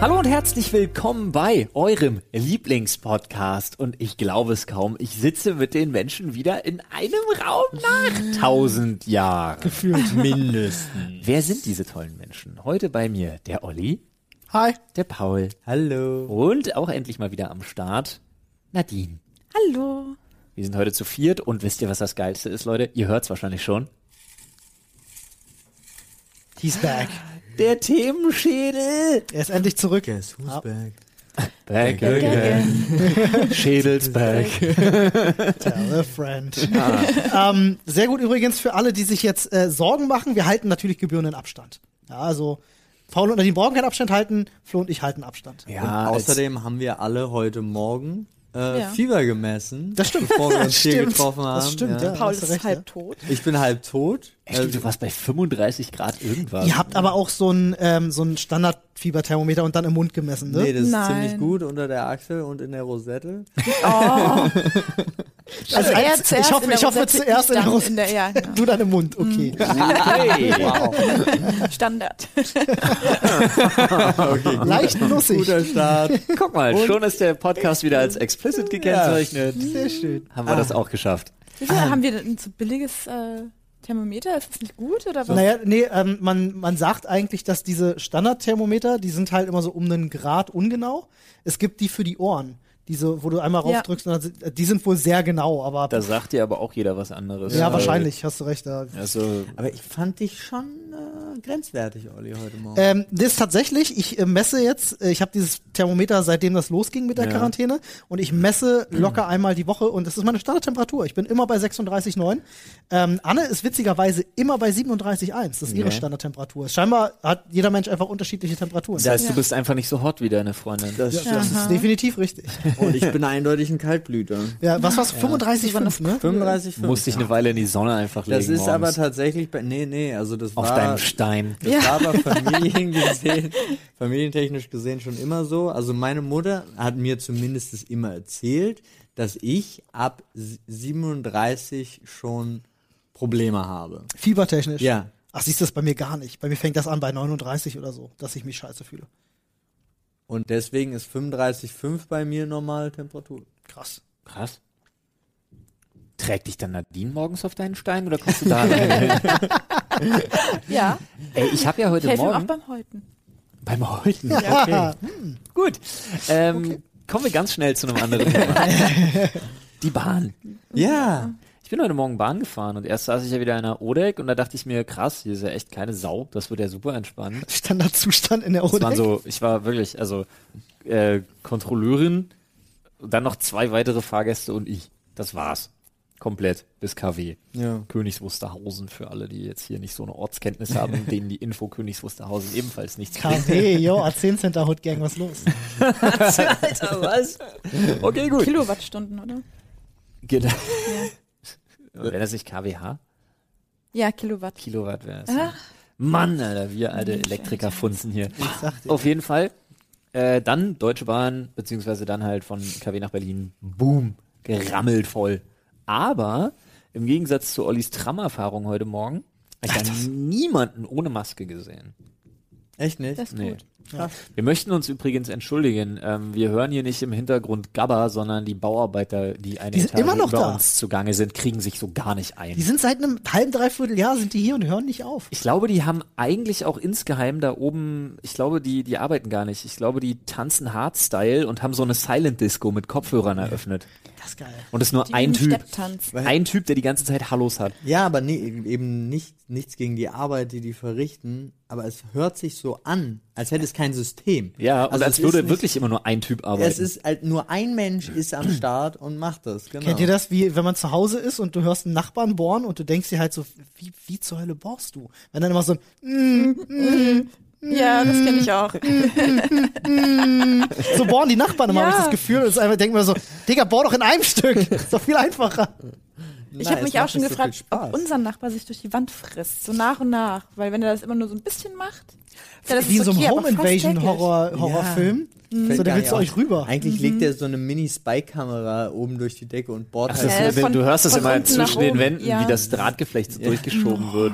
Hallo und herzlich willkommen bei eurem Lieblingspodcast. Und ich glaube es kaum, ich sitze mit den Menschen wieder in einem Raum nach tausend Jahren. Mm. Gefühlt mindestens. Wer sind diese tollen Menschen? Heute bei mir der Olli, Hi. der Paul Hallo. und auch endlich mal wieder am Start Nadine. Hallo. Wir sind heute zu viert und wisst ihr, was das Geilste ist, Leute? Ihr hört es wahrscheinlich schon. He's back. Der Themenschädel. Er ist endlich zurück. Ah. Back. Back again. Schädels back. Tell a friend. ähm, sehr gut übrigens für alle, die sich jetzt äh, Sorgen machen. Wir halten natürlich gebührenden Abstand. Ja, also Paul und Nadine brauchen keinen Abstand halten, Flo und ich halten Abstand. Ja, und als- außerdem haben wir alle heute Morgen äh, Ja. Fieber gemessen. Das stimmt. Bevor wir uns hier Stimmt. getroffen haben. Das stimmt, ja. Paul hast du ist ne? recht, halb ja. tot. Ich bin halb tot. Also, Echt, du warst bei 35 Grad irgendwas. Ihr habt aber auch so ein, ähm, so ein Standardfieberthermometer und dann im Mund gemessen, ne? Nee, das ist Nein. ziemlich gut unter der Achsel und in der Rosette. Also er zuerst ich hoffe- in der ich hoffe Rosette, ich zuerst in der dann Rosette. In der, ja, genau. ja. Du dann im Mund, okay. Hey. Standard. Leicht nussig. Guter Start. Guck mal, schon ist der Podcast wieder als explicit gekennzeichnet. Sehr schön. Haben Ah. wir das auch geschafft. Wie viel, haben wir denn ein zu billiges äh, Thermometer? Ist das nicht gut oder was? Naja, nee, ähm, man, man sagt eigentlich, dass diese Standardthermometer, die sind halt immer so um einen Grad ungenau. Es gibt die für die Ohren, diese, wo du einmal Ja. raufdrückst, und dann, sind- die sind wohl sehr genau, aber Da sagt dir aber auch jeder was anderes. ja, wahrscheinlich, hast du recht. Da. Also, Aber ich fand dich schon äh, grenzwertig, Olli, heute Morgen. Ähm, das ist tatsächlich, ich äh, messe jetzt, äh, ich habe dieses Thermometer, seitdem das losging mit der Ja. Quarantäne, und ich messe locker einmal die Woche und das ist meine Standardtemperatur. Ich bin immer bei 36,9. Ähm, Anne ist witzigerweise immer bei 37,1. Das ist ihre Ja. Standardtemperatur. Scheinbar hat jeder Mensch einfach unterschiedliche Temperaturen. das heißt, Ja. du bist einfach nicht so hot wie deine Freundin. das Ja, stimmt. das ist definitiv richtig. Und ich bin eindeutig ein Kaltblüter. Ja, was war's? 35, ne? 35, Musst dich eine Weile in die Sonne einfach legen. Das ist aber morgens. tatsächlich bei. Nee, nee, also das auf war. deinem Stein. Das war aber Familien gesehen, familientechnisch gesehen schon immer so. Also meine Mutter hat mir zumindest das immer erzählt, dass ich ab s- 37 schon Probleme habe. Fiebertechnisch. Ja. Ach, siehst du, das bei mir gar nicht. Bei mir fängt das an bei 39 oder so, dass ich mich scheiße fühle. Und deswegen ist 35,5 bei mir normale Temperatur. Krass. Krass. Trägt dich dann Nadine morgens auf deinen Stein oder kommst du da rein? Ja, Ey, ich habe ja ich heute helfe ihm auch Morgen beim Häuten. beim Häuten. Ja. Gut. Ähm, Kommen wir ganz schnell zu einem anderen Thema. Die Bahn. Ja. Ich bin heute Morgen Bahn gefahren und erst saß ich ja wieder in der Odeck und da dachte ich mir, krass, hier ist ja echt keine Sau, das wird ja super entspannt. Standardzustand in der Das waren Odeck. so, ich war wirklich, also äh, Kontrolleurin, dann noch zwei weitere Fahrgäste und ich. Das war's. Komplett bis KW. Ja. Königs Wusterhausen für alle, die jetzt hier nicht so eine Ortskenntnis haben, denen die Info Königs Wusterhausen ebenfalls nichts KW, yo, A10 Center Hood Gang, was los? Alter, was? Okay, gut. Kilowattstunden, oder? Genau. Wenn das nicht KWH, Ja, Kilowatt. Kilowatt wäre Ah. es. Ach. Mann, Alter, wir alte Elektrikerfunzen hier. Auf jeden Fall. Äh, dann Deutsche Bahn, beziehungsweise dann halt von KW nach Berlin. Boom. Gerammelt voll. Aber im Gegensatz zu Ollis Tram-Erfahrung heute Morgen, habe ich da niemanden ohne Maske gesehen. Echt nicht? Das ist Nee. gut. Wir möchten uns übrigens entschuldigen. Ähm, wir hören hier nicht im Hintergrund Gabba, sondern die Bauarbeiter, die eine Die sind Etage immer noch über da. uns zugange sind, kriegen sich so gar nicht ein. Die sind seit einem halben, dreiviertel Jahr sind die hier und hören nicht auf. Ich glaube, die haben eigentlich auch insgeheim da oben, ich glaube, die, die arbeiten gar nicht. Ich glaube, die tanzen Hardstyle und haben so eine Silent Disco mit Kopfhörern eröffnet. Das ist geil. Und es ist nur Die ein üben Typ. Stepptanz. Ein Typ, der die ganze Zeit Hallos hat. Ja, aber nee, eben nicht, nichts gegen die Arbeit, die die verrichten, aber es hört sich so an, als hätte es kein System. Ja, und also es als ist würde nicht- wirklich immer nur ein Typ arbeiten. Es ist halt nur ein Mensch ist am Start und macht das, genau. Kennt ihr das, wie wenn man zu Hause ist und du hörst einen Nachbarn bohren und du denkst dir halt so, wie, wie zur Hölle bohrst du? Wenn dann immer so ein, Ja, das kenne ich auch. so bohren die Nachbarn immer, Ja. habe ich das Gefühl, und es ist einfach, denken wir so, Digga, bohr doch in einem Stück. Ist doch viel einfacher. Ich Nein, habe es mich macht auch schon nicht so gefragt, viel Spaß. ob unser Nachbar sich durch die Wand frisst, so nach und nach. Weil wenn er das immer nur so ein bisschen macht, dann ist Wie in es so okay, einem aber Home fast Invasion täglich. Hm. Horror, Horrorfilm. Fällt So, da gar willst du nicht euch auf. Mhm. rüber. Eigentlich legt er so eine Mini-Spy-Kamera oben durch die Decke und bohrt Ach, halt. Äh, das ist, von- du hörst das von immer unten nach zwischen den oben, Wänden, ja. Oh, wie das Drahtgeflecht so durchgeschoben wird.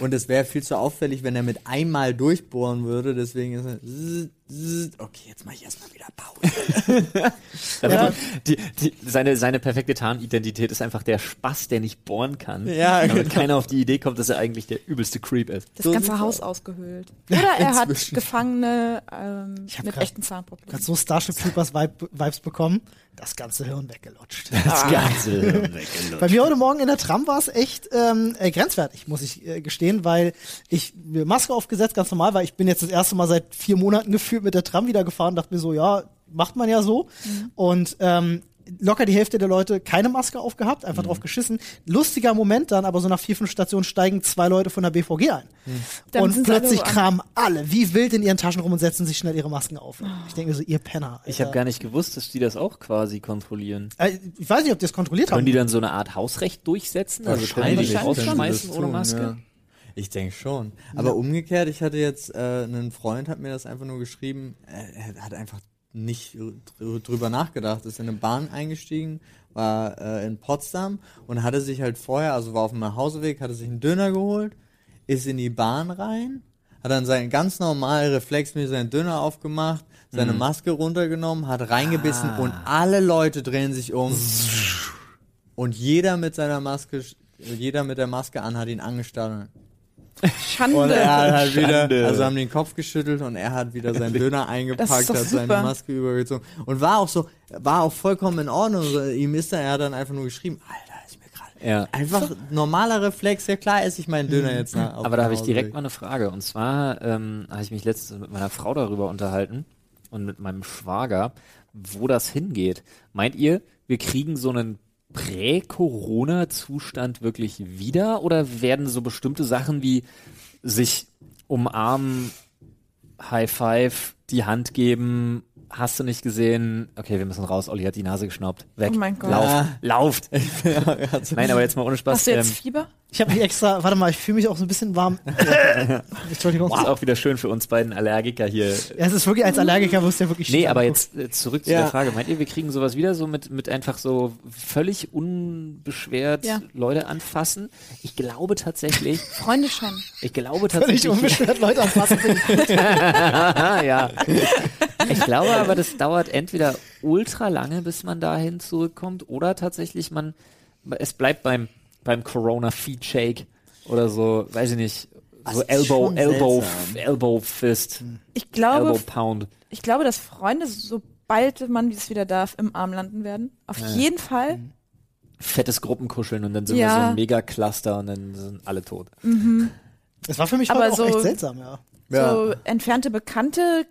Und es wäre viel zu auffällig, wenn er mit einmal durchbohren würde, deswegen ist er. zzz, okay, jetzt mache ich erstmal wieder Pause. Dann hat man- Die, die, seine, seine perfekte Tarnidentität ist einfach der Spaß, der nicht bohren kann. Ja, damit genau. keiner auf die Idee kommt, dass er eigentlich der übelste Creep ist. Das So ganze sieht's Haus ausgehöhlt. Oder er hat inzwischen. Gefangene ähm, hab mit grad- echten Du kannst Zahnproblemen. so Starship Troopers Vibe, Vibes bekommen, das ganze Hirn weggelutscht. Ah, Ah. Das Ganze. Bei mir heute Morgen in der Tram war es echt ähm, äh, grenzwertig, muss ich äh, gestehen, weil ich mir Maske aufgesetzt, ganz normal, weil ich bin jetzt das erste Mal seit vier Monaten gefühlt mit der Tram wieder gefahren, dachte mir so, ja, macht man ja so. Mhm. Und ähm, locker die Hälfte der Leute keine Maske aufgehabt, einfach Mhm. drauf geschissen. Lustiger Moment dann, aber so nach vier, fünf Stationen steigen zwei Leute von der BVG ein. Mhm. Dann Und sind sie alle plötzlich woanders. kramen alle wie wild in ihren Taschen rum und setzen sich schnell ihre Masken auf. Ich Oh. denke mir so, ihr Penner. Ich habe Alter. gar nicht gewusst, dass die das auch quasi kontrollieren. Äh, Ich weiß nicht, ob die das kontrolliert haben. Können die dann so eine Art Hausrecht durchsetzen? Also können die Wahrscheinlich dich Wahrscheinlich schon. rausschmeißen ohne tun, Maske? ja. Ich denke schon. Aber umgekehrt, ich hatte jetzt, äh, einen Freund hat mir das einfach nur geschrieben, äh, er hat einfach nicht dr- drüber nachgedacht, ist in eine Bahn eingestiegen, war äh, in Potsdam und hatte sich halt vorher, also war auf dem Nachhauseweg, hatte sich einen Döner geholt, ist in die Bahn rein, hat dann seinen ganz normalen Reflex mit seinen Döner aufgemacht, seine Mhm. Maske runtergenommen, hat reingebissen Ah. und alle Leute drehen sich um. Und jeder mit seiner Maske, jeder mit der Maske an hat ihn angestarrt. Und Schande. er hat halt wieder, Schande. also haben den Kopf geschüttelt und er hat wieder seinen Döner eingepackt, Das ist hat doch seine super. Maske übergezogen. Und war auch so, war auch vollkommen in Ordnung. So, ihm ist da, er hat dann einfach nur geschrieben, Alter, ist mir gerade. Ja. Einfach normaler Reflex, ja klar esse ich meinen Döner Mhm. jetzt nach. auf Aber da dem habe ich direkt Hausweg. mal eine Frage. Und zwar ähm, habe ich mich letztens mit meiner Frau darüber unterhalten und mit meinem Schwager, wo das hingeht. Meint ihr, wir kriegen so einen Prä-Corona-Zustand wirklich wieder oder werden so bestimmte Sachen wie sich umarmen, High Five, die Hand geben, hast du nicht gesehen? Okay, wir müssen raus. Olli hat die Nase geschnaubt. Weg. Oh mein Gott. Lauft. Lauft. Also, Nein, aber jetzt mal ohne Spaß. Hast du jetzt ähm, Fieber? Ich habe mich extra, warte mal, ich fühle mich auch so ein bisschen warm. Entschuldigung. ist auch wieder schön für uns beiden Allergiker hier Ja, es ist wirklich als Allergiker, wirst du ja wirklich Nee, stark. aber jetzt äh, zurück zu Ja. der Frage. Meint ihr, wir kriegen sowas wieder so mit, mit einfach so völlig unbeschwert Ja. Leute anfassen? Ich glaube tatsächlich, Freunde schon. ich glaube Völlig tatsächlich. unbeschwert Leute anfassen. Ah, ja. Ich glaube aber, das dauert entweder ultra lange, bis man dahin zurückkommt, oder tatsächlich man, es bleibt beim, beim Corona Feet Shake oder so, weiß ich nicht, so Das ist Elbow, Also schon Elbow, seltsam. Elbow Fist, Ich glaube, Elbow Pound. ich glaube, dass Freunde, sobald man es wieder darf, im Arm landen werden. Auf jeden Mhm. Fall. fettes Gruppenkuscheln und dann sind wir Ja. so ein Mega-Cluster und dann sind alle tot. Das war für mich Aber heute auch so- echt seltsam, ja. So entfernte Bekannte,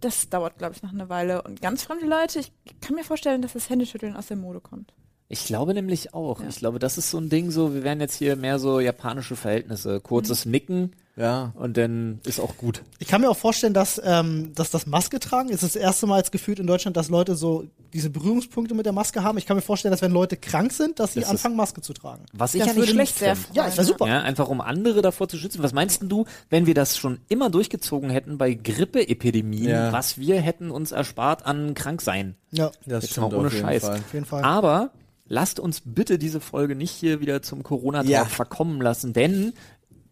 das dauert, glaube ich, noch eine Weile. Und ganz fremde Leute, ich kann mir vorstellen, dass das Händeschütteln aus der Mode kommt. Ich glaube nämlich auch. Ja. Ich glaube, das ist so ein Ding, so, wir werden jetzt hier mehr so japanische Verhältnisse. Kurzes Mhm. Nicken ja. und dann ist auch gut. Ich kann mir auch vorstellen, dass, ähm, dass das Maske tragen ist das erste Mal jetzt gefühlt in Deutschland, dass Leute so diese Berührungspunkte mit der Maske haben. Ich kann mir vorstellen, dass wenn Leute krank sind, dass sie Das ist- anfangen, Maske zu tragen. Was ich Das ja nicht würde mich schlecht sehr finde. Ja, ich war super. Ja, einfach um andere davor zu schützen. Was meinst denn du, wenn wir das schon immer durchgezogen hätten bei Grippeepidemien, Ja. was wir hätten uns erspart an Kranksein? Ja, Das Jetzt stimmt mal ohne auf jeden Scheiß. Fall. auf jeden Fall. Aber lasst uns bitte diese Folge nicht hier wieder zum Corona-Talk Ja. verkommen lassen, denn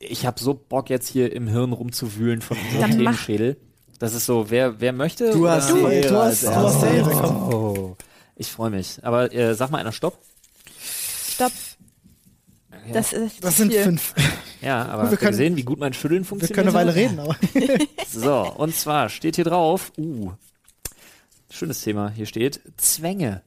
ich habe so Bock jetzt hier im Hirn rumzuwühlen von unserem Dann mach. Themenschädel. Das ist so, wer, wer möchte? Du oder- hast die Ehre du als hast, du hast Erster. Ehre, komm. Oh, ich freue mich. Aber äh, sag mal einer Stopp. Stopp. Das, ist Das sind viel. fünf. Ja, aber Wir habt ihr können- gesehen, wie gut mein Schütteln Wir funktioniert? können eine Weile hat? reden, aber So, und zwar steht hier drauf, uh, schönes Thema, hier steht Zwänge.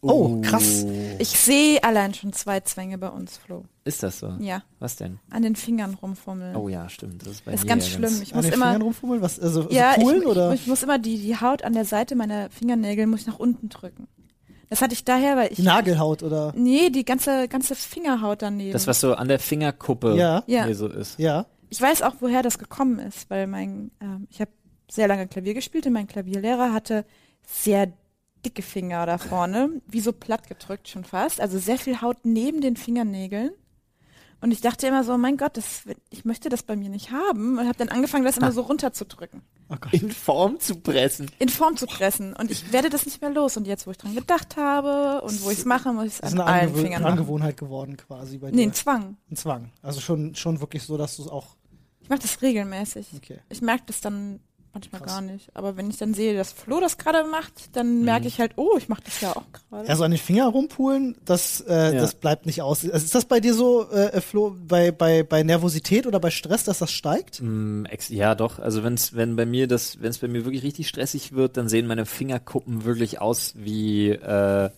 Oh, krass. Ich sehe allein schon zwei Zwänge bei uns, Flo. Ist das so? Ja, Was denn? an den Fingern rumfummeln. Oh ja, stimmt. Das ist bei ist mir ganz ja schlimm. Ich an muss den Fingern immer, rumfummeln, was, also, also ja, ich, coolen ich, oder? ich muss immer die, die Haut an der Seite meiner Fingernägel muss ich nach unten drücken. Das hatte ich daher, weil ich die Nagelhaut oder? nee die ganze ganze Fingerhaut daneben. Das, was so an der Fingerkuppe Ja. Ja. hier so ist. Ja. ich weiß auch, woher das gekommen ist, weil mein, ähm, ich habe sehr lange Klavier gespielt und mein Klavierlehrer hatte sehr dicke Finger da vorne, wie so platt gedrückt schon fast, also sehr viel Haut neben den Fingernägeln. Und ich dachte immer so, mein Gott, das, ich möchte das bei mir nicht haben und habe dann angefangen, das immer so runterzudrücken, Oh Gott. In Form zu pressen. in Form zu pressen. Und ich werde das nicht mehr los. Und jetzt, wo ich dran gedacht habe und wo ich es mache, muss ich es Das an ist eine allen Angewohn- Fingern machen. Angewohnheit geworden quasi bei dir. Nee, ein Zwang. Ein Zwang. Also schon, schon wirklich so, dass du es auch. Ich mache das regelmäßig. Okay. Ich merke das dann manchmal gar nicht. Aber wenn ich dann sehe, dass Flo das gerade macht, dann merke ich halt, oh, ich mache das ja auch gerade. Ja, so an den Finger rumpulen, das, äh, Ja. das bleibt nicht aus. Also Ist das bei dir so, äh, Flo, bei, bei, bei Nervosität oder bei Stress, dass das steigt? Mm, ex- Ja, doch. Also wenn's, wenn bei mir das, wenn es bei mir wirklich richtig stressig wird, dann sehen meine Fingerkuppen wirklich aus wie äh,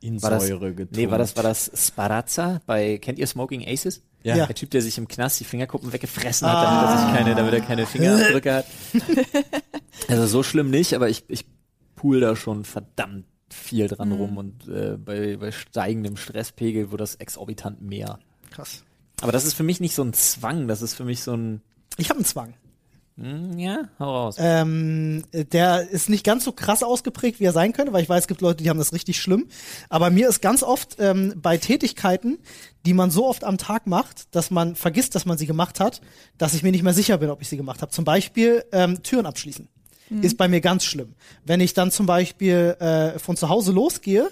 In war das, Säure getunkt. nee, war das war das Sparazza bei kennt ihr Smoking Aces? Ja. Ja. Der Typ, der sich im Knast die Fingerkuppen weggefressen hat, damit er sich keine, damit er keine Fingerabdrücke hat. Also so schlimm nicht, aber ich ich pool da schon verdammt viel dran rum und äh, bei, bei steigendem Stresspegel wird das exorbitant mehr. Krass. Aber das ist für mich nicht so ein Zwang, das ist für mich so ein Ich habe einen Zwang. mm, ja, hau raus. Ähm, der ist nicht ganz so krass ausgeprägt, wie er sein könnte, weil ich weiß, es gibt Leute, die haben das richtig schlimm. Aber mir ist ganz oft ähm, bei Tätigkeiten, die man so oft am Tag macht, dass man vergisst, dass man sie gemacht hat, dass ich mir nicht mehr sicher bin, ob ich sie gemacht habe. Zum Beispiel ähm, Türen abschließen. Ist bei mir ganz schlimm. Wenn ich dann zum Beispiel äh, von zu Hause losgehe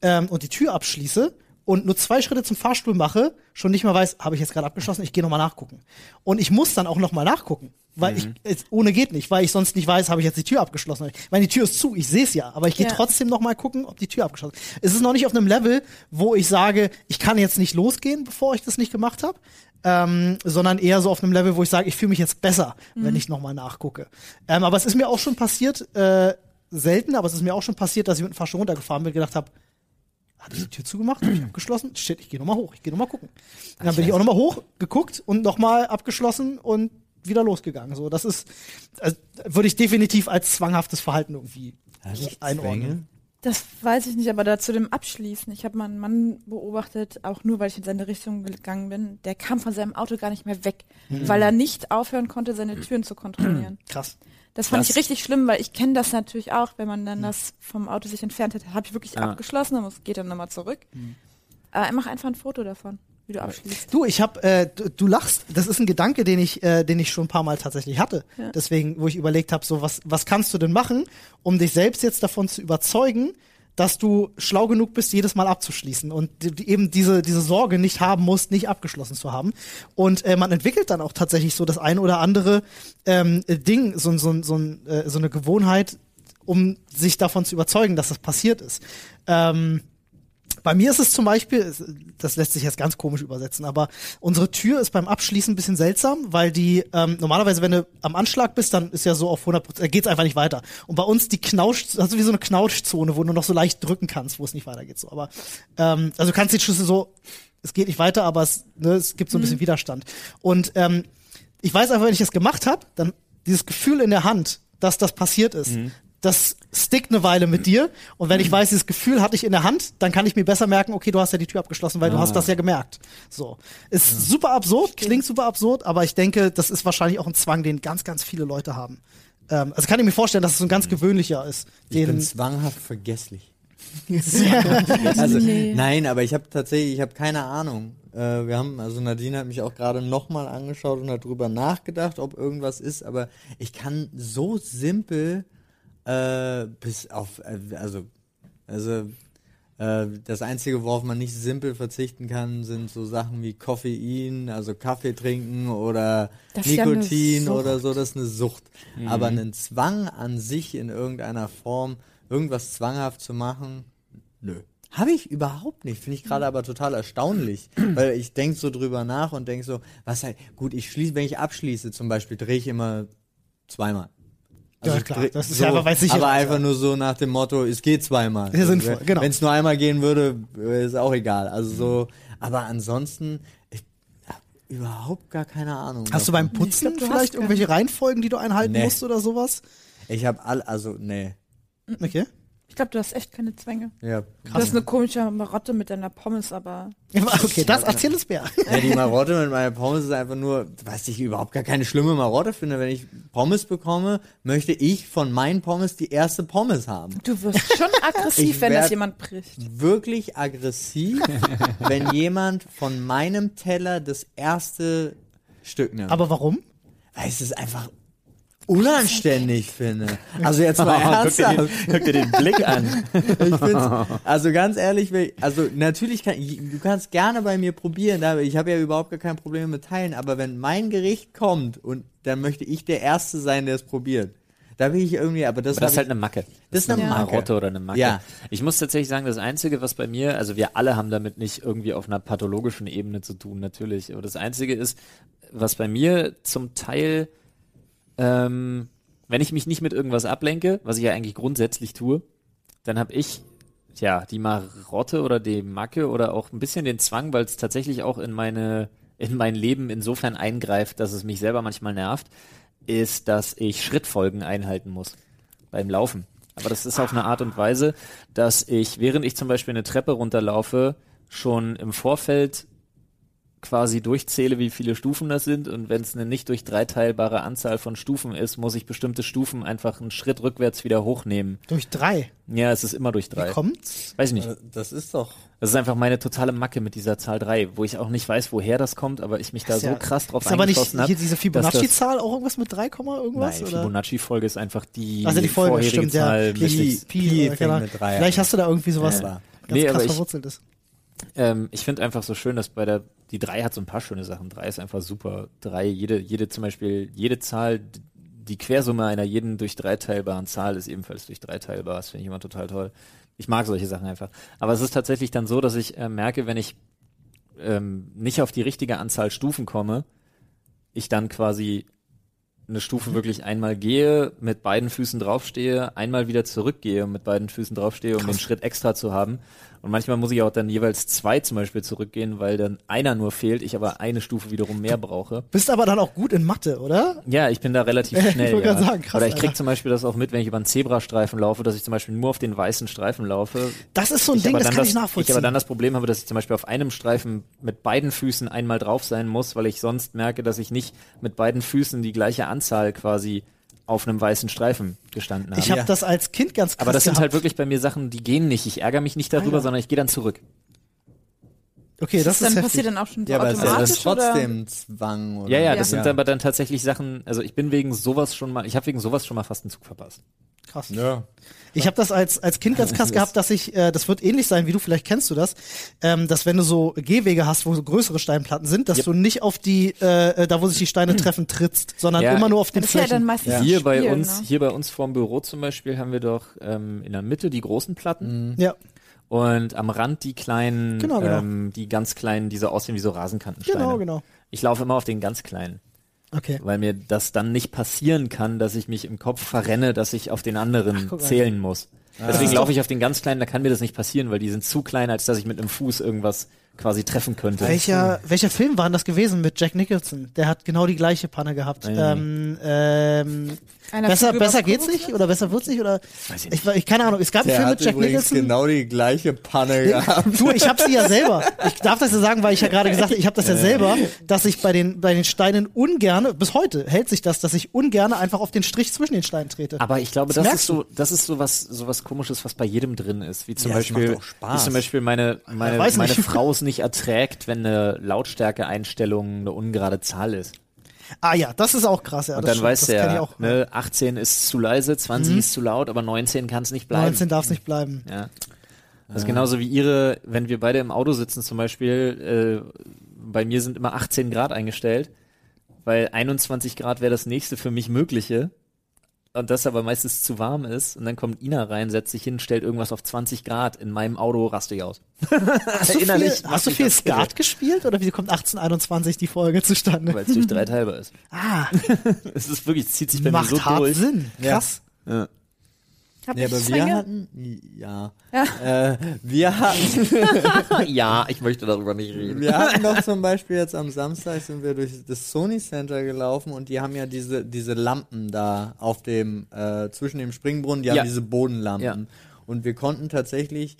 ähm, und die Tür abschließe und nur zwei Schritte zum Fahrstuhl mache, schon nicht mal weiß, habe ich jetzt gerade abgeschlossen, ich gehe nochmal nachgucken. Und ich muss dann auch nochmal nachgucken, weil ich, es, ohne geht nicht, weil ich sonst nicht weiß, habe ich jetzt die Tür abgeschlossen. Ich meine, die Tür ist zu, ich sehe es ja, aber ich gehe Ja. trotzdem nochmal gucken, ob die Tür abgeschlossen ist. Es ist noch nicht auf einem Level, wo ich sage, ich kann jetzt nicht losgehen, bevor ich das nicht gemacht habe. Ähm, sondern eher so auf einem Level, wo ich sage, ich fühle mich jetzt besser, wenn ich nochmal nachgucke. Ähm, aber es ist mir auch schon passiert, äh, selten, aber es ist mir auch schon passiert, dass ich mit dem Fahrstuhl runtergefahren bin und gedacht habe, hatte ich die Tür zugemacht, habe ich abgeschlossen, shit, ich gehe nochmal hoch, ich gehe nochmal gucken. Und dann bin ich auch nochmal hoch, geguckt und nochmal abgeschlossen und wieder losgegangen. So, das ist, also, würde ich definitiv als zwanghaftes Verhalten irgendwie einordnen. Zwänge? Das weiß ich nicht, aber da zu dem Abschließen. Ich habe mal einen Mann beobachtet, auch nur weil ich in seine Richtung gegangen bin. Der kam von seinem Auto gar nicht mehr weg, weil er nicht aufhören konnte, seine Türen zu kontrollieren. Krass. Das fand Das- ich richtig schlimm, weil ich kenne das natürlich auch, wenn man dann das vom Auto sich entfernt hat. Habe ich wirklich Ah. abgeschlossen, aber es geht dann nochmal zurück. Äh, mach einfach ein Foto davon, wie du abschließt. Du, ich habe, äh, du, du lachst. Das ist ein Gedanke, den ich, äh, den ich schon ein paar Mal tatsächlich hatte. Deswegen, wo ich überlegt habe, so was, was kannst du denn machen, um dich selbst jetzt davon zu überzeugen, dass du schlau genug bist, jedes Mal abzuschließen und die, die eben diese diese Sorge nicht haben musst, nicht abgeschlossen zu haben. Und äh, man entwickelt dann auch tatsächlich so das ein oder andere ähm, Ding, so ein- so ein- so, ein, äh, so eine Gewohnheit, um sich davon zu überzeugen, dass das passiert ist. Ähm, bei mir ist es zum Beispiel, es- das lässt sich jetzt ganz komisch übersetzen, aber unsere Tür ist beim Abschließen ein bisschen seltsam, weil die ähm, normalerweise, wenn du am Anschlag bist, dann ist ja so auf 100 Prozent, äh, geht's einfach nicht weiter. Und bei uns die Knautsch, also wie so eine Knautschzone, wo du noch so leicht drücken kannst, wo es nicht weitergeht. So, aber ähm, also du kannst die Schlüssel so, es geht nicht weiter, aber es, ne, es gibt so ein bisschen Widerstand. Und ähm, ich weiß einfach, wenn ich das gemacht habe, dann dieses Gefühl in der Hand, dass das passiert ist, Mhm. das stickt eine Weile mit dir. Und wenn ich weiß, dieses Gefühl hatte ich in der Hand, dann kann ich mir besser merken, okay, du hast ja die Tür abgeschlossen, weil du Ah. hast das ja gemerkt. So. Ist super absurd, klingt super absurd, aber ich denke, das ist wahrscheinlich auch ein Zwang, den ganz, ganz viele Leute haben. Ähm, also kann ich mir vorstellen, dass es so ein ganz gewöhnlicher ist. Mhm. Ich bin Den, zwanghaft vergesslich. ja, Also, Nee. Nein, aber ich habe tatsächlich, ich habe keine Ahnung. Äh, wir haben, also Nadine hat mich auch gerade nochmal angeschaut und hat drüber nachgedacht, ob irgendwas ist, aber ich kann so simpel äh, bis auf, äh, also, also äh, das Einzige, worauf man nicht simpel verzichten kann, sind so Sachen wie Koffein, also Kaffee trinken oder Das ist ja eine Nikotin Sucht. oder so, das ist eine Sucht. Aber einen Zwang an sich in irgendeiner Form, irgendwas zwanghaft zu machen, nö. Habe ich überhaupt nicht. Finde ich gerade aber total erstaunlich. Weil ich denke so drüber nach und denke so, was halt, gut, ich schließe, wenn ich abschließe zum Beispiel, drehe ich immer zweimal. Ja, ich klar, dreh- das ist ja einfach, weil's sicherer Also äh, Aber ist, einfach nur so nach dem Motto, es geht zweimal. Sehr sinnvoll, genau. Wenn es nur einmal gehen würde, äh, ist auch egal. Also so, aber ansonsten, ich habe überhaupt gar keine Ahnung. hast du beim Putzen glaub, du hast vielleicht gar- irgendwelche Reihenfolgen, die du einhalten Nee. musst oder sowas? Ich habe all, also, nee. Okay. Ich glaube, du hast echt keine Zwänge. Ja, Du hast eine komische Marotte mit deiner Pommes, aber Okay, das erzähl es mir. Ja, die Marotte mit meiner Pommes ist einfach nur, was ich überhaupt gar keine schlimme Marotte finde. Wenn ich Pommes bekomme, möchte ich von meinen Pommes die erste Pommes haben. du wirst schon aggressiv, Ich wenn das werd- jemand bricht. Wirklich aggressiv, wenn jemand von meinem Teller das erste Stück nimmt. Aber warum? weil ich es einfach unanständig finde. Also jetzt mal ernsthaft. guck dir den Blick an. Ich find's, also ganz ehrlich, wenn- also natürlich kann du kannst gerne bei mir probieren, aber ich habe ja überhaupt gar kein Problem mit Teilen, aber wenn mein Gericht kommt und dann möchte ich der Erste sein, der es probiert. Da bin ich irgendwie, aber das, Aber das hab ist halt ich, eine Macke. Das ist eine Macke. Marotte oder eine Macke. Ja. Ich muss tatsächlich sagen, das Einzige, was bei mir, also wir alle haben damit nicht irgendwie auf einer pathologischen Ebene zu tun, natürlich. Aber das Einzige ist, was bei mir zum Teil, ähm, wenn ich mich nicht mit irgendwas ablenke, was ich ja eigentlich grundsätzlich tue, dann habe ich ja die Marotte oder die Macke oder auch ein bisschen den Zwang, weil es tatsächlich auch in meine in mein Leben insofern eingreift, dass es mich selber manchmal nervt, ist, dass ich Schrittfolgen einhalten muss beim Laufen. Aber das ist auf eine Art und Weise, dass ich, während ich zum Beispiel eine Treppe runterlaufe, schon im Vorfeld quasi durchzähle, wie viele Stufen das sind. Und wenn es eine nicht durch drei teilbare Anzahl von Stufen ist, muss ich bestimmte Stufen einfach einen Schritt rückwärts wieder hochnehmen. Durch drei. Ja, es ist immer durch Wie Also drei. kommt's? Weiß ich nicht. Äh, das ist doch. Das ist einfach meine totale Macke mit dieser Zahl drei, wo ich auch nicht weiß, woher das kommt, aber ich mich da Ist so ja- krass drauf Ist aber nicht eingeschossen habe. hier diese Fibonacci-Zahl auch irgendwas mit 3, Komma irgendwas? Nein, oder? Fibonacci-Folge ist einfach die, Also die Folge, vorherige stimmt, Zahl. ja. mit Pi, nichts. Pi, Pi oder, fängt keine Ahnung. mit drei an. genau. Vielleicht hast du da irgendwie sowas Ja. ganz Nee, krass aber ich- verwurzelt ist. Ähm, ich finde einfach so schön, dass bei der, die 3 hat so ein paar schöne Sachen. 3 ist einfach super. 3, jede, jede zum Beispiel, jede Zahl, d- die Quersumme einer jeden durch 3 teilbaren Zahl ist ebenfalls durch 3 teilbar. Das finde ich immer total toll. Ich mag solche Sachen einfach. Aber es ist tatsächlich dann so, dass ich äh, merke, wenn ich ähm, nicht auf die richtige Anzahl Stufen komme, ich dann quasi eine Stufe wirklich einmal gehe, mit beiden Füßen draufstehe, einmal wieder zurückgehe und mit beiden Füßen draufstehe, um den Schritt extra zu haben. Und manchmal muss ich auch dann jeweils zwei zum Beispiel zurückgehen, weil dann einer nur fehlt, ich aber eine Stufe wiederum mehr brauche. Bist aber dann auch gut in Mathe, oder? Ja, ich bin da relativ Ich schnell. wollte ja. gerade sagen, krass, Oder ich krieg Alter. zum Beispiel das auch mit, wenn ich über einen Zebrastreifen laufe, dass ich zum Beispiel nur auf den weißen Streifen laufe. Das ist so ein Ich Ding, aber das dann kann ich nachvollziehen. Ich aber dann das Problem habe, dass ich zum Beispiel auf einem Streifen mit beiden Füßen einmal drauf sein muss, weil ich sonst merke, dass ich nicht mit beiden Füßen die gleiche Anzahl quasi auf einem weißen Streifen gestanden habe. ich habe Ja. das als Kind ganz krass aber das sind gehabt. halt wirklich bei mir Sachen, die gehen nicht. Ich ärgere mich nicht darüber, Ah, ja. sondern ich gehe dann zurück. Okay, das ist dann heftig. passiert dann auch schon so Ja, aber es ist ja automatisch das oder? trotzdem Zwang oder? Ja, ja, das sind aber dann tatsächlich Sachen, also ich bin wegen sowas schon mal, ich habe wegen sowas schon mal fast einen Zug verpasst. Krass. Ja. Ich habe das als, als Kind ganz krass gehabt, dass ich, äh, das wird ähnlich sein wie du, vielleicht kennst du das, ähm, dass wenn du so Gehwege hast, wo so größere Steinplatten sind, dass Yep. du nicht auf die, äh, äh, da wo sich die Steine treffen, trittst, sondern Ja. immer nur auf den Das ist ja dann Flächen. meistens ein Hier Spiel, bei uns, Ne? hier bei uns vorm Büro zum Beispiel haben wir doch ähm, in der Mitte die großen Platten Ja, und am Rand die kleinen, Genau, genau. Ähm, die ganz kleinen, die so aussehen wie so Rasenkantensteine. genau, genau. Ich laufe immer auf den ganz kleinen, Okay. weil mir das dann nicht passieren kann, dass ich mich im Kopf verrenne, dass ich auf den anderen Ach, guck an. Ah. zählen muss. Deswegen laufe ich auf den ganz kleinen, da kann mir das nicht passieren, weil die sind zu klein, als dass ich mit einem Fuß irgendwas quasi treffen könnte. Welcher, welcher Film war denn das gewesen mit Jack Nicholson? Der hat genau die gleiche Panne gehabt. Ähm, ähm, Einer besser fliegt über besser das geht's Klo- nicht? Oder besser wird's nicht? Oder Weiß ich nicht. ich, ich keine Ahnung. Es gab einen Der Film hat mit Jack übrigens Nicholson. genau die gleiche Panne gehabt. Du, ich habe sie ja selber. Ich darf das ja sagen, weil ich ja gerade gesagt habe, ich habe das Äh. ja selber, dass ich bei den, bei den Steinen ungerne, bis heute hält sich das, dass ich ungerne einfach auf den Strich zwischen den Steinen trete. Aber ich glaube, Das das, merkst ist so, das ist so was, so was Komisches, was bei jedem drin ist. Wie zum Ja, es macht Beispiel, auch Spaß. wie zum Beispiel meine, meine, weiß meine nicht. Frau es nicht erträgt, wenn eine Lautstärke-Einstellung eine ungerade Zahl ist. Ah ja, das ist auch krass, ja. Und das dann weißt du das kenn ja, ich auch. Mhm. ne, 18 ist zu leise, 20 ist zu laut, aber 19 kann es nicht bleiben. 19 darf es nicht bleiben. Ja. Das ist genauso wie ihre, wenn wir beide im Auto sitzen zum Beispiel, äh, bei mir sind immer 18 Grad eingestellt, weil 21 Grad wäre das nächste für mich mögliche und das aber meistens zu warm ist und dann kommt Ina rein, setzt sich hin, stellt irgendwas auf 20 Grad, in meinem Auto raste ich aus. Hast du viel, Innerlich macht hast du mich viel das irre. Skat gespielt oder wie kommt 1821 die Folge zustande? Weil es durch drei teilbar ist. Ah, Es ist wirklich, es zieht sich bei mir macht so hart durch. Sinn. Krass. Hab Ja, ich aber wir Zwänge? hatten, ja, Äh, wir hatten, Ja, ich möchte darüber nicht reden. wir hatten doch zum Beispiel jetzt am Samstag sind wir durch das Sony Center gelaufen und die haben ja diese, diese Lampen da auf dem, äh, zwischen dem Springbrunnen, die Ja. haben diese Bodenlampen. Und wir konnten tatsächlich,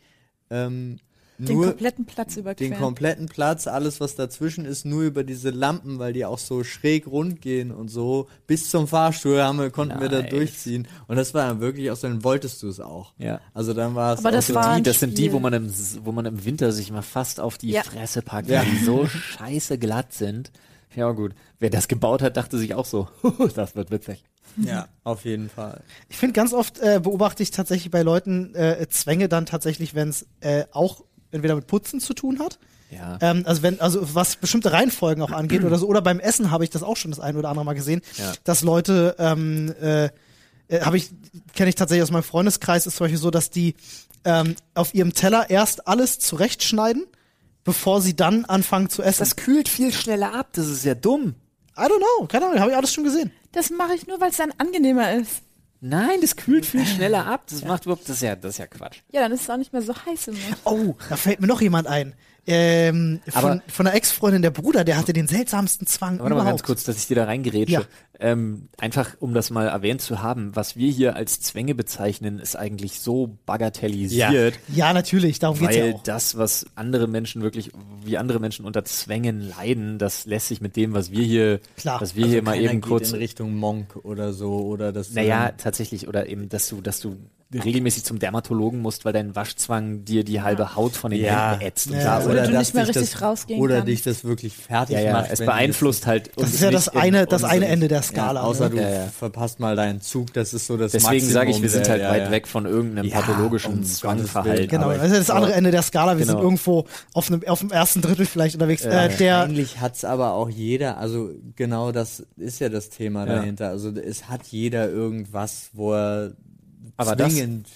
ähm, den nur kompletten Platz überqueren. den kompletten Platz, alles was dazwischen ist, nur über diese Lampen, weil die auch so schräg rund gehen und so. Bis zum Fahrstuhl haben wir, konnten wir da Nice. durchziehen. Und das war dann wirklich auch so, dann wolltest du es auch. Ja. Also dann war es Aber auch das so, war- Die, ein das sind die, Spiel. wo man, im, wo man im Winter sich mal fast auf die Ja. Fresse packt, Ja. weil die so scheiße glatt sind. Ja, gut. Wer das gebaut hat, dachte sich auch so, das wird witzig. ja, auf jeden Fall. Ich finde, ganz oft äh, beobachte ich tatsächlich bei Leuten äh, Zwänge dann tatsächlich, wenn es äh, auch entweder mit Putzen zu tun hat. Ja. Ähm, also wenn, also was bestimmte Reihenfolgen auch angeht oder so, oder beim Essen habe ich das auch schon das ein oder andere Mal gesehen, Ja. dass Leute ähm, äh, äh, habe ich, kenne ich tatsächlich aus meinem Freundeskreis, ist zum Beispiel so, dass die ähm, auf ihrem Teller erst alles zurechtschneiden, bevor sie dann anfangen zu essen. Das kühlt viel schneller ab, das ist ja dumm. I don't know, keine Ahnung, habe ich alles schon gesehen. Das mache ich nur, weil es dann angenehmer ist. Nein, das kühlt viel schneller ab. Das macht überhaupt, das ist ja, das ist ja Quatsch. Ja, dann ist es auch nicht mehr so heiß im Mund. Oh, da fällt mir noch jemand ein. Ähm, von, Aber- von der Ex-Freundin der Bruder, der hatte den seltsamsten Zwang Warte mal überhaupt. ganz kurz, dass ich dir da reingerätsche. Ja. Ähm, einfach, um das mal erwähnt zu haben, was wir hier als Zwänge bezeichnen, ist eigentlich so bagatellisiert, Ja, natürlich, darum geht's ja weil auch. das, was andere Menschen wirklich, wie andere Menschen unter Zwängen leiden, das lässt sich mit dem, was wir hier, Klar. also was wir hier mal Also Keiner eben geht kurz in Richtung Monk oder so oder das. Naja, tatsächlich. Oder eben, dass du, dass du regelmäßig zum Dermatologen musst, weil dein Waschzwang dir die halbe Haut von den Ja. Händen ätzt. und Ja, so. oder oder du dass nicht mehr dich richtig das, rausgehen Oder kannst. dich das wirklich fertig ja, ja, macht. es wenn du beeinflusst halt. Das ist ja das eine, das eine Ende der das- Ja, Skala. ne? außer du Ja, ja. verpasst mal deinen Zug, das ist so das Deswegen Maximum sage ich, wir sind der- halt ja, weit ja. weg von irgendeinem Ja, pathologischen um Zwangverhalten. Gottes Willen. Genau, Aber das ist das andere Ende der Skala. Wir Genau. sind irgendwo auf, einem, auf dem ersten Drittel vielleicht unterwegs. äh, der, Eigentlich hat's aber auch jeder, also genau das ist ja das Thema Ja. dahinter. Also es hat jeder irgendwas, wo er Aber das- zwingend.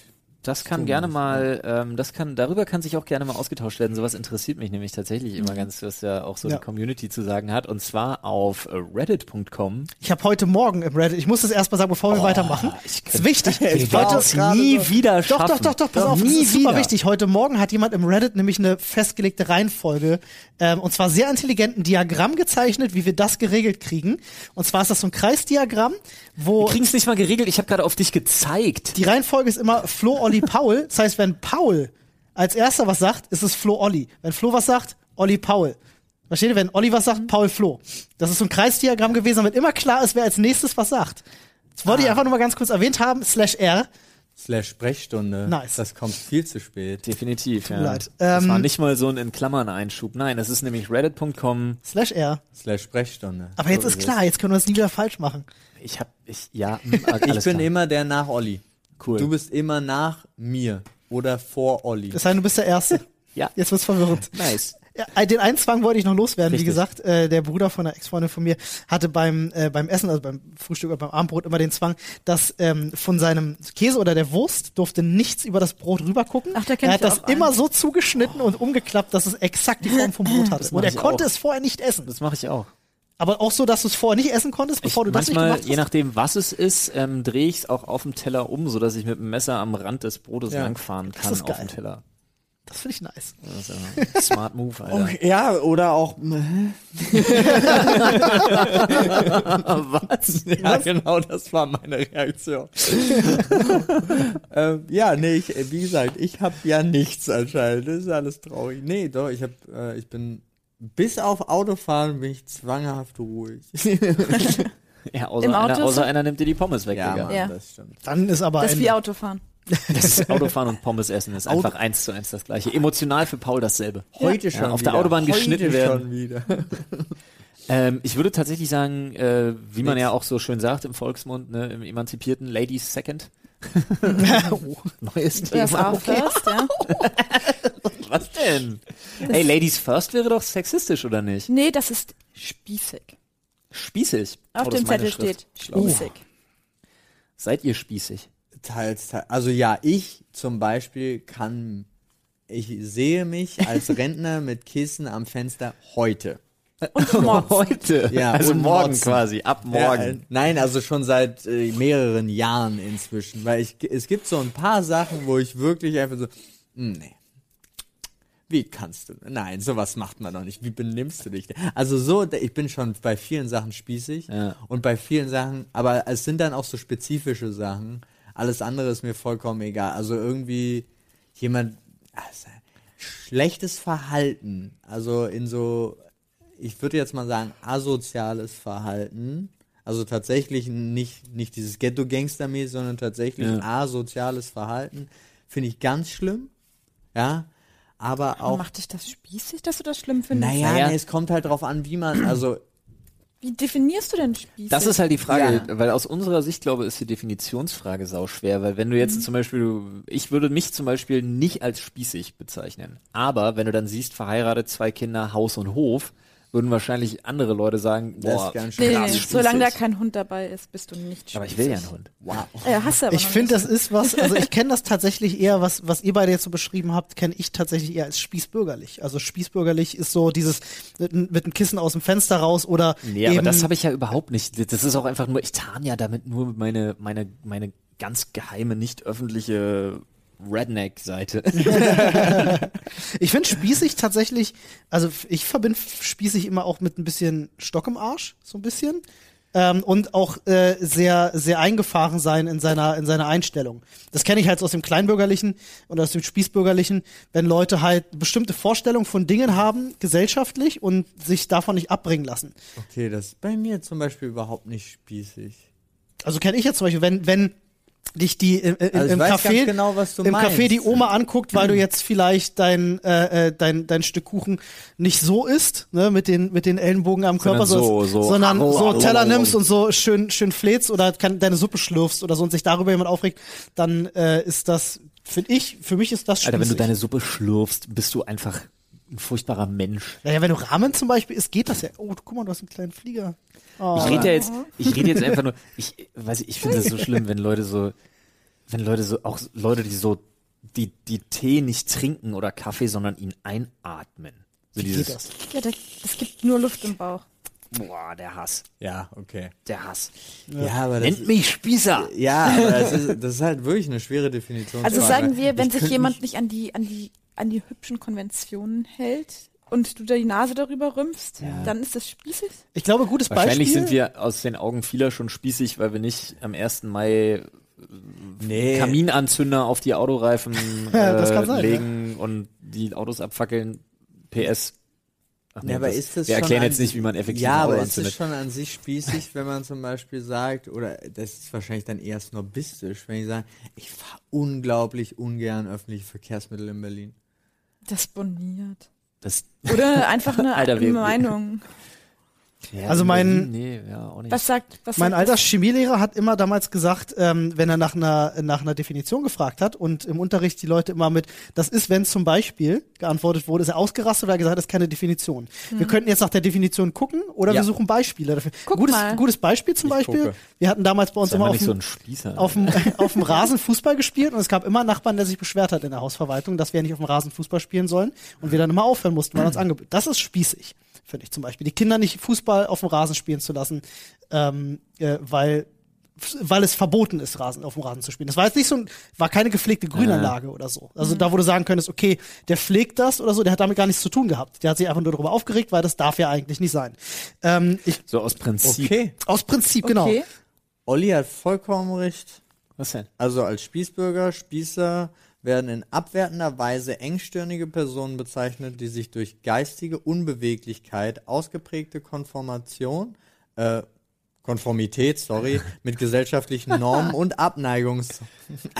Das kann Dumm, gerne ja. mal, ähm, das kann, darüber kann sich auch gerne mal ausgetauscht werden. Sowas interessiert mich nämlich tatsächlich immer ganz, was ja auch so Mhm. Ja. eine Community zu sagen hat. Und zwar auf äh, reddit.com. ich habe heute Morgen im Reddit, ich muss das erst mal sagen, bevor wir weitermachen. Das ist wichtig. Ich wollte werd's nie wieder Doch, doch, schaffen. doch, doch, pass Doch, auf, das nie ist super wieder. wichtig. Heute Morgen hat jemand im Reddit nämlich eine festgelegte Reihenfolge ähm, und zwar sehr intelligent ein Diagramm gezeichnet, wie wir das geregelt kriegen. Und zwar ist das so ein Kreisdiagramm, wo Wir kriegen's nicht mal geregelt. Ich habe gerade auf dich gezeigt. die Reihenfolge ist immer Flo, Olli, Paul. Das heißt, wenn Paul als erster was sagt, ist es Flo, Olli. Wenn Flo was sagt, Olli, Paul. Versteht ihr? Wenn Olli was sagt, Paul, Flo. Das ist so ein Kreisdiagramm gewesen, damit immer klar ist, wer als nächstes was sagt. Das wollte ich einfach nur mal ganz kurz erwähnt haben. Slash R. Slash Sprechstunde. Nice. Das kommt viel zu spät. Definitiv, ja. mir leid. das Ähm, war nicht mal so ein in Klammern Einschub. Nein, das ist nämlich reddit.com. Slash R. Slash Sprechstunde. Aber jetzt So ist es. klar, jetzt können wir es nie wieder falsch machen. Ich hab, ich, ja, mm, alles Ich bin klar. immer der nach Olli. Cool. Du bist immer nach mir oder vor Olli. Das heißt, du bist der Erste. Ja. Jetzt wird's verwirrend. nice. Ja, äh, den einen Zwang wollte ich noch loswerden. Richtig. Wie gesagt, äh, der Bruder von einer Ex-Freundin von mir hatte beim, äh, beim Essen, also beim Frühstück oder beim Abendbrot immer den Zwang, dass ähm, von seinem Käse oder der Wurst durfte nichts über das Brot rübergucken. Ach, da kenn er ich hat das auch einen. immer so zugeschnitten und umgeklappt, dass es exakt die Form vom Brot hatte. Und mach er ich konnte auch. es vorher nicht essen. Das mache ich auch. Aber auch so, dass du es vorher nicht essen konntest, Ich, bevor du das nicht manchmal, gemacht je hast. nachdem, was es ist, ähm, drehe ich es auch auf dem Teller um, sodass ich mit dem Messer am Rand des Brotes Ja. langfahren kann ist auf geil. dem Teller. Das finde ich nice. Das ist, äh, smart Move, Alter. Ja, oder auch. Was? Ja, genau, das war meine Reaktion. ähm, ja, nee, ich, äh, wie gesagt, ich habe ja nichts anscheinend. Das ist alles traurig. Nee, doch, ich hab, äh, ich bin bis auf Autofahren bin ich zwanghaft ruhig. Ja, außer, Im Auto einer, außer so- einer nimmt dir die Pommes weg, Digga. Mann, Ja. das stimmt. Dann ist aber Das ist wie Ende. Autofahren. Oh, Das ist Autofahren und Pommes essen ist einfach eins zu eins das gleiche. Emotional für Paul dasselbe. Heute schon auf der wieder. Autobahn geschnitten werden. Schon wieder. Ähm, ich würde tatsächlich sagen, äh, wie man Nix. ja auch so schön sagt im Volksmund, ne, im emanzipierten Ladies Second. Oh. Neues Das Thema. auch first, ja. Oh. Was denn? Ey, Ladies First wäre doch sexistisch, oder nicht? Nee, das ist spießig. Spießig. Auf Oh, das dem ist meine Zettel Schrift. steht spießig. Seid ihr spießig? Teils, teils. Also ja, ich zum Beispiel kann, ich sehe mich als Rentner mit Kissen am Fenster heute. Heute. Ja, also und morgen motzen. quasi, ab Ja, äh, morgen. nein, also schon seit äh, mehreren Jahren inzwischen, weil ich, es gibt so ein paar Sachen, wo ich wirklich einfach so, "Mm, nee. Wie kannst du? Nein, sowas macht man doch nicht. Wie benimmst du dich? denn?" Also so, da- ich bin schon bei vielen Sachen spießig Ja. und bei vielen Sachen, aber es sind dann auch so spezifische Sachen. Alles andere ist mir vollkommen egal. Also irgendwie jemand also, schlechtes Verhalten, also in so ich würde jetzt mal sagen, asoziales Verhalten. Also tatsächlich nicht, nicht dieses Ghetto-Gangster-mäßig, sondern tatsächlich Ja. asoziales Verhalten. Finde ich ganz schlimm. Ja. Aber auch. Macht dich das spießig, dass du das schlimm findest? Naja, Naja. Nee, es kommt halt drauf an, wie man. Also, Wie definierst du denn spießig? Das ist halt die Frage, Ja. weil aus unserer Sicht, glaube ich, ist die Definitionsfrage sauschwer, weil wenn du jetzt zum Beispiel, du- ich würde mich zum Beispiel nicht als spießig bezeichnen, aber wenn du dann siehst, verheiratet, zwei Kinder, Haus und Hof, würden wahrscheinlich andere Leute sagen, Das ist boah, ganz krass schön Nee, nee, Krass, nee. spießig. Solange da kein Hund dabei ist, bist du nicht Aber ich will ja einen spießig. Hund. Wow. Äh, hast du aber Ich noch finde, nicht. das ist was, also ich kenne das tatsächlich eher, was, was ihr beide jetzt so beschrieben habt, kenne ich tatsächlich eher als spießbürgerlich. Also spießbürgerlich ist so dieses mit, n- mit einem Kissen aus dem Fenster raus oder Nee, eben, aber das habe ich ja überhaupt nicht. Das ist auch einfach nur, ich tarn ja damit nur meine, meine, meine ganz geheime, nicht öffentliche Redneck-Seite. ich finde spießig tatsächlich, also f- ich verbinde spießig immer auch mit ein bisschen Stock im Arsch, so ein bisschen. Ähm, und auch äh, sehr, sehr eingefahren sein in seiner, in seiner Einstellung. Das kenne ich halt so aus dem Kleinbürgerlichen und aus dem Spießbürgerlichen, wenn Leute halt bestimmte Vorstellungen von Dingen haben, gesellschaftlich, und sich davon nicht abbringen lassen. Okay, das ist bei mir zum Beispiel überhaupt nicht spießig. Also kenne ich jetzt zum Beispiel, wenn, wenn dich die im, im, Also ich im weiß ganz Café, genau, was du im meinst. Café die Oma anguckt, weil du jetzt vielleicht dein, äh, äh, dein, dein Stück Kuchen nicht so isst, ne, mit den, mit den Ellenbogen am Körper, Sondern so, sondern, so. sondern Au, so au, Teller au, au. nimmst und so schön, schön flehst oder kann, deine Suppe schlürfst oder so und sich darüber jemand aufregt, dann äh, ist das, finde ich, für mich ist das Alter, wenn du spießig. deine Suppe schlürfst, bist du einfach ein furchtbarer Mensch. Naja, wenn du Rahmen zum Beispiel isst, geht das ja. Oh, guck mal, du hast einen kleinen Flieger. Ich rede ja jetzt, ich rede jetzt einfach nur, ich weiß ich, ich finde das so schlimm, wenn Leute so, wenn Leute so, auch Leute, die so, die, die Tee nicht trinken oder Kaffee, sondern ihn einatmen. So Wie geht dieses, das? Ja, das, das gibt nur Luft im Bauch. boah, der Hass, Ja, okay. der Hass. Ja, aber das Nennt mich Spießer! Ja, aber das ist, das ist halt wirklich eine schwere Definition. Also sagen wir, wenn sich jemand nicht an die, an die, an die hübschen Konventionen hält und du da die Nase darüber rümpfst, dann ist das spießig. Ich glaube, gutes Beispiel. Wahrscheinlich sind wir aus den Augen vieler schon spießig, weil wir nicht am 1. Mai Äh. nee, Kaminanzünder auf die Autoreifen Ja, das äh, kann sein, legen und die Autos abfackeln. PS. Ach nee, Ja, aber das- ist das wir schon erklären an- jetzt nicht, wie man effektiv ja, ein Auto aber ist es anzündet. schon an sich spießig, wenn man zum Beispiel sagt, oder das ist wahrscheinlich dann eher snobistisch, wenn ich sage, ich fahre unglaublich ungern öffentliche Verkehrsmittel in Berlin. Das boniert. Das, Oder einfach eine Alter, wir- Meinung. ja, Also mein- Nee, ja, auch nicht. Was sagt, was Mein sagt alter Chemielehrer hat immer damals gesagt, ähm, wenn er nach einer, nach einer Definition gefragt hat und im Unterricht die Leute immer mit, das ist, wenn zum Beispiel geantwortet wurde, ist er ausgerastet, weil er gesagt hat, das ist keine Definition. Wir könnten jetzt nach der Definition gucken oder Ja. wir suchen Beispiele dafür. Mhm. Guck gutes, mal. gutes Beispiel zum Ich Beispiel. gucke. Wir hatten damals bei uns Sei mal immer auf nicht so dem, ein ne? Spießer. auf, dem, auf dem Rasen Fußball gespielt und es gab immer einen Nachbarn, der sich beschwert hat in der Hausverwaltung, dass wir nicht auf dem Rasen Fußball spielen sollen und wir dann immer aufhören mussten, weil uns angeboten. Das ist spießig, finde ich zum Beispiel. Die Kinder nicht Fußball auf dem Rasen spielen zu lassen, ähm, äh, weil weil es verboten ist, Rasen auf dem Rasen zu spielen. Das war jetzt nicht so, ein, war keine gepflegte Grünanlage oder so. Also da, wo du sagen könntest, okay, der pflegt das oder so, der hat damit gar nichts zu tun gehabt. Der hat sich einfach nur darüber aufgeregt, weil das darf ja eigentlich nicht sein. Ähm, ich, so aus Prinzip. Okay. aus Prinzip, okay. genau. Olli hat vollkommen recht. Was denn? Also als Spießbürger, Spießer werden in abwertender Weise engstirnige Personen bezeichnet, die sich durch geistige Unbeweglichkeit, ausgeprägte Konformation, äh, Konformität, sorry, mit gesellschaftlichen Normen und Abneigungs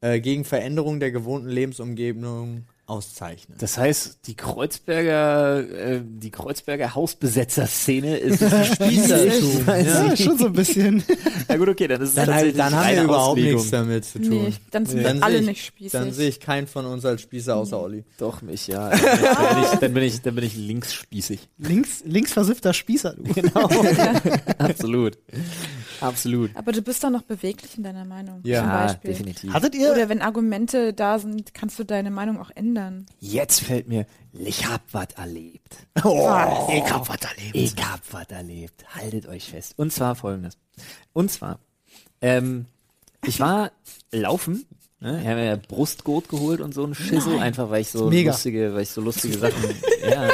äh, gegen Veränderung der gewohnten Lebensumgebung auszeichnen. Das heißt, die Kreuzberger, äh, die Kreuzberger Hausbesetzer-Szene ist spießerisch. weil sie- Ja, schon so ein bisschen. Na gut, okay, dann ist es Dann, halt, tatsächlich dann haben wir reine überhaupt Auslegung. nichts damit zu tun. Nee, dann sind Dann wir alle sehe ich- nicht spießig. Dann sehe ich keinen von uns als Spießer außer Olli. Doch, mich, ja. Dann bin ich, dann bin ich, dann bin ich linksspießig. Links, links versiffter Spießer, du. Genau. Absolut. Absolut. Ah, Aber du bist doch noch beweglich in deiner Meinung. Ja, zum Beispiel. definitiv. Hattet ihr, Oder wenn Argumente da sind, kannst du deine Meinung auch ändern. Jetzt fällt mir, ich hab was erlebt. ich hab was erlebt. Oh. Ich hab was erlebt. Haltet euch fest. Und zwar folgendes. Und zwar, ähm, ich war laufen. Ne? Ich habe mir Brustgurt geholt und so ein Schissel, einfach weil ich so Mega. lustige, weil ich so lustige Sachen. ja,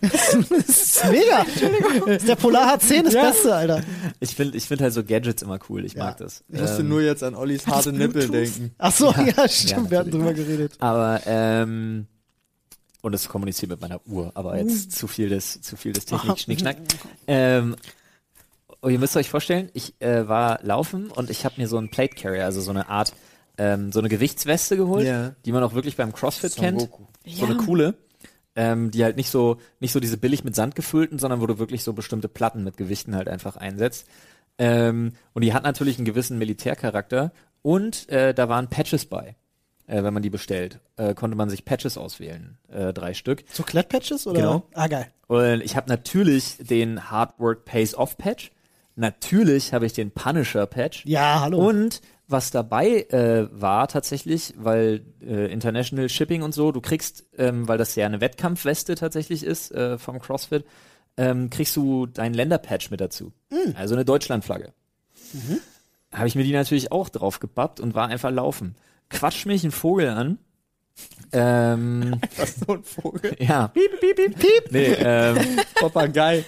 das ist mega. Ist der Polar H10 das Beste, Alter. ich finde, ich finde halt so Gadgets immer cool. Ich mag das. Ich musste nur jetzt an Ollis harte Nippel denken. Ach so, ja, stimmt, wir natürlich. hatten drüber geredet. Aber ähm, und das kommuniziert mit meiner Uhr, aber jetzt zu viel des, zu viel des Technik, Schnickschnack. Ähm, und ihr müsst euch vorstellen, ich äh, war laufen und ich habe mir so einen Plate Carrier, also so eine Art, ähm, so eine Gewichtsweste geholt, Ja. die man auch wirklich beim CrossFit Son kennt. Goku. So eine Ja. coole. Ähm, die halt nicht so, nicht so diese billig mit Sand gefüllten, sondern wo du wirklich so bestimmte Platten mit Gewichten halt einfach einsetzt. Ähm, und die hat natürlich einen gewissen Militärcharakter und äh, da waren Patches bei. äh, wenn man die bestellt, äh, konnte man sich Patches auswählen, äh, drei Stück. So Klettpatches oder? Genau. Ah, geil. Und ich habe natürlich den Hard Work Pays Off Patch, natürlich habe ich den Punisher Patch Ja, hallo. und was dabei äh, war tatsächlich, weil äh, International Shipping und so, du kriegst, ähm, weil das ja eine Wettkampfweste tatsächlich ist äh, vom CrossFit, ähm, kriegst du deinen Länderpatch mit dazu. Hm. Also eine Deutschlandflagge. Mhm. Habe ich mir die natürlich auch drauf gepappt und war einfach laufen. Quatsch mich ein Vogel an. Ähm, Was so ein Vogel. ja. Piep, piep, piep, piep. Nee, ähm, Papagei.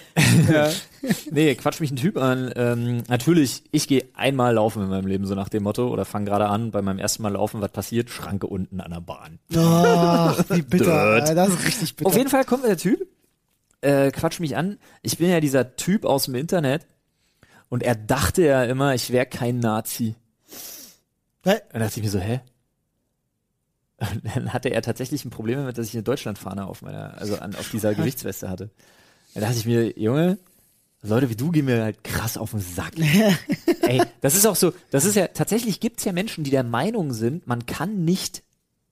nee, quatsch mich ein Typ an. Ähm, natürlich, ich gehe einmal laufen in meinem Leben, so nach dem Motto, oder fang gerade an, bei meinem ersten Mal laufen, was passiert? Schranke unten an der Bahn. Ach, wie bitter. Dirt. Alter, das ist richtig bitter. Auf jeden Fall kommt der Typ, äh, quatscht mich an. Ich bin ja dieser Typ aus dem Internet und er dachte ja immer, ich wäre kein Nazi. Hä? Und dachte ich mir so, hä? Und dann hatte er tatsächlich ein Problem damit, dass ich eine Deutschlandfahne auf meiner, also an, auf dieser Gewichtsweste hatte. Da dachte ich mir, Junge, Leute wie du gehen mir halt krass auf den Sack. Ey, das ist auch so, das ist ja, tatsächlich gibt es ja Menschen, die der Meinung sind, man kann nicht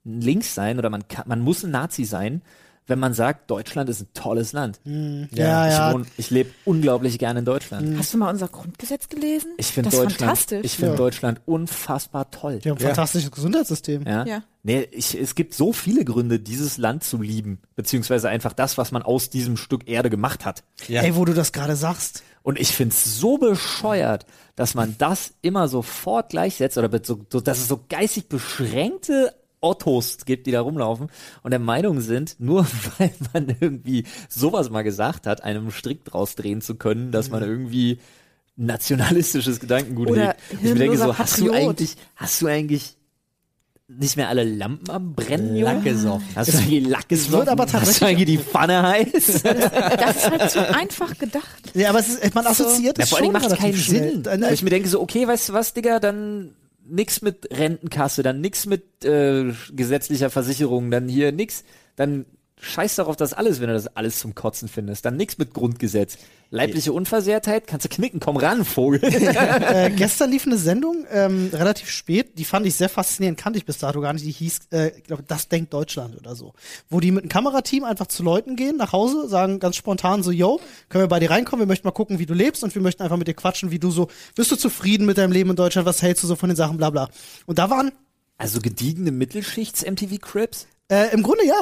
links sein oder man kann, man muss ein Nazi sein, wenn man sagt, Deutschland ist ein tolles Land. Hm. ja, ich ja. Hm. wohne- ich lebe unglaublich gerne in Deutschland. Hast du mal unser Grundgesetz gelesen? Hm. Ich finde das ist Deutschland, fantastisch. ich finde Ja. Deutschland unfassbar toll. Die haben ein fantastisches Gesundheitssystem. Ja. Ja. Nee, ich, es gibt so viele Gründe, dieses Land zu lieben, beziehungsweise einfach das, was man aus diesem Stück Erde gemacht hat. Ja. Ey, wo du das gerade sagst. Und ich find's so bescheuert, dass man das immer sofort gleichsetzt oder mit so, so, dass es so geistig beschränkte Ottos gibt, die da rumlaufen und der Meinung sind, nur weil man irgendwie sowas mal gesagt hat, einem Strick draus drehen zu können, dass man irgendwie nationalistisches Gedankengut Mhm. Oder hegt. Und Ich mir denke so, hirnloser hast du Patriot. eigentlich, hast du eigentlich nicht mehr alle Lampen am Brennen, Junge? Lackesoft. Hast du eigentlich Lack gesoffen? aber Hast du eigentlich die Pfanne heiß? Das ist halt so einfach gedacht. Ja, aber es ist, man assoziiert Ja, es vor schon allem macht es relativ keinen schnell. Sinn. Dann- Weil ich mir denke so, okay, weißt du was, Digga, dann nix mit Rentenkasse, dann nix mit äh, gesetzlicher Versicherung, dann hier nix, dann scheiß darauf das alles, wenn du das alles zum Kotzen findest. Dann nix mit Grundgesetz. Leibliche Unversehrtheit, kannst du knicken, komm ran, Vogel. äh, gestern lief eine Sendung, ähm, relativ spät, die fand ich sehr faszinierend, kannte ich bis dato gar nicht. Die hieß, äh, ich glaube, das denkt Deutschland oder so. Wo die mit einem Kamerateam einfach zu Leuten gehen, nach Hause, sagen ganz spontan so, yo, können wir bei dir reinkommen, wir möchten mal gucken, wie du lebst und wir möchten einfach mit dir quatschen, wie du so, bist du zufrieden mit deinem Leben in Deutschland, was hältst du so von den Sachen, bla bla. Und da waren, Also gediegene Mittelschichts-MTV-Crips? äh, im Grunde ja.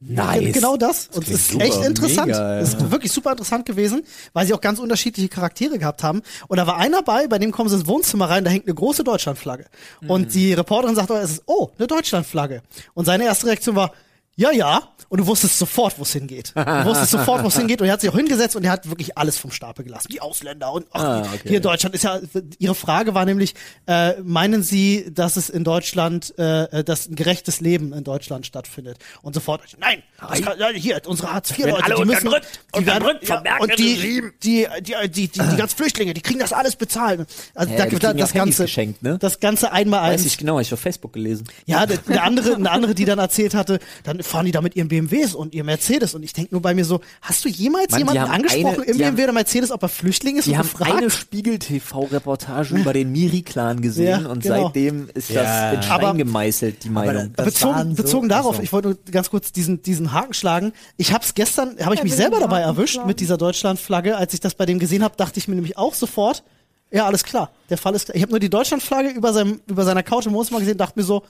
Nice. Genau das. Und klingt es ist super. echt interessant. Mega, Äh, ja. Es ist wirklich super interessant gewesen, weil sie auch ganz unterschiedliche Charaktere gehabt haben. Und da war einer bei, bei dem kommen sie ins Wohnzimmer rein, da hängt eine große Deutschlandflagge. Mhm. Und die Reporterin sagt, oh, es ist, oh, eine Deutschlandflagge. Und seine erste Reaktion war, ja, ja. Und du wusstest sofort, wo es hingeht. Du wusstest sofort, wo es hingeht. Und er hat sich auch hingesetzt und er hat wirklich alles vom Stapel gelassen. Die Ausländer und ach, Ah, okay. hier Deutschland ist ja. Ihre Frage war nämlich, äh, meinen Sie, dass es in Deutschland, äh, dass ein gerechtes Leben in Deutschland stattfindet? Und sofort, nein, das kann, nein, hier, unsere Hartz IV Werden Leute, alle die müssen, unterdrückt, die werden, unterdrückt vom ja, und die, die, Merkel-Regime. die, die, die, die, die ganzen Flüchtlinge, die kriegen das alles bezahlt. Also Ja, da die gibt kriegen das auch Handys ganze, geschenkt, ne? das ganze einmal Weiß eins. ich genau, hab ich auf Facebook gelesen. Ja, der, der andere, eine andere, die dann erzählt hatte, dann fahren die da mit ihren BMWs und ihrem Mercedes und ich denke nur bei mir so, hast du jemals Mann, die jemanden haben angesprochen eine- im die haben- BMW oder Mercedes, ob er Flüchtling ist Die und haben gefragt? eine Spiegel-TV-Reportage über den Miri-Clan gesehen Ja, und genau. seitdem ist Ja. das in Stein Aber- gemeißelt, die Meinung. Das waren bezogen, so- bezogen darauf, so. ich wollte nur ganz kurz diesen, diesen Haken schlagen. Ich hab's gestern, habe ich Ja, mich wir selber den dabei Haken erwischt schlagen. mit dieser Deutschlandflagge. Als ich das bei dem gesehen habe, dachte ich mir nämlich auch sofort, ja, alles klar, der Fall ist klar. Ich habe nur die Deutschlandflagge über, seinem, über seiner Couch im Wohnzimmer gesehen, dachte mir so,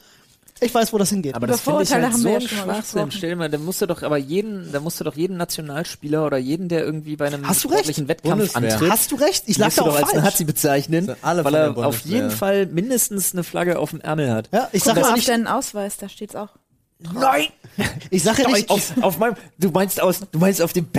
ich weiß, wo das hingeht. Aber Über das finde ich Vorurteile halt haben so wir ja ein schon mal Schwachsinn. gesprochen. Stell dir mal, da musst du doch aber jeden, da musst du doch jeden Nationalspieler oder jeden, der irgendwie bei einem Hast du recht? sportlichen Wettkampf Bundeswehr. antritt, Hast du recht, ich lag musst da du doch auch als falsch. Nazi bezeichnen, Sind alle weil von der er auf Bundeswehr. jeden Fall mindestens eine Flagge auf dem Ärmel hat. Ja, ich Guck sage mal ja auf nicht, deinen Ausweis, da steht's auch. Nein! ich sage ja nicht, Auf, auf meinem, du meinst aus, du meinst auf dem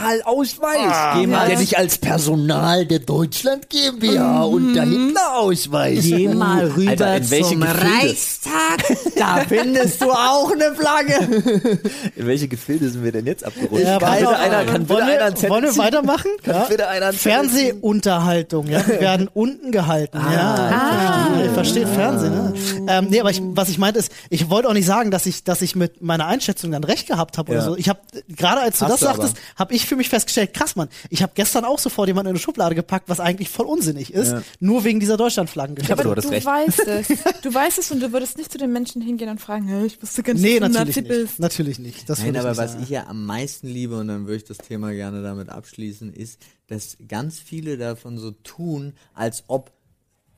Personalausweis, Geh mal- der dich als Personal der Deutschland GmbH und dahinter ausweist. Geh mal rüber Alter, in welche zum Gefilde? Reichstag, da findest du auch eine Flagge. In welche Gefilde sind wir denn jetzt abgerutscht? Ja, kann pass bitte auf. einer, kann bitte wollen, einer einen wir, Zettel wollen wir ziehen? weitermachen? Kann bitte einer einen Zettel ziehen? Fernsehnunterhaltung, ja, die werden unten gehalten. Ah. ja, ich verstehe, ich verstehe Fernsehen. Ne? Ähm, nee, aber ich, was ich meinte ist, ich wollte auch nicht sagen, dass ich ich, dass ich mit meiner Einschätzung dann recht gehabt habe oder Ja. so. Ich habe gerade als du Hast das du aber. sagtest, habe ich für mich festgestellt, krass, Mann, ich habe gestern auch sofort jemanden in eine Schublade gepackt, was eigentlich voll unsinnig ist, Ja. nur wegen dieser Deutschlandflaggengeschichte. Aber du hattest recht. weißt es. Du weißt es und du würdest nicht zu den Menschen hingehen und fragen, "Hä, ich wusste gar nicht, Nee, dass du natürlich Nazi nicht. bist. Natürlich nicht. Das Nein, würde ich aber nicht was sagen. ich ja am meisten liebe, und dann würde ich das Thema gerne damit abschließen, ist, dass ganz viele davon so tun, als ob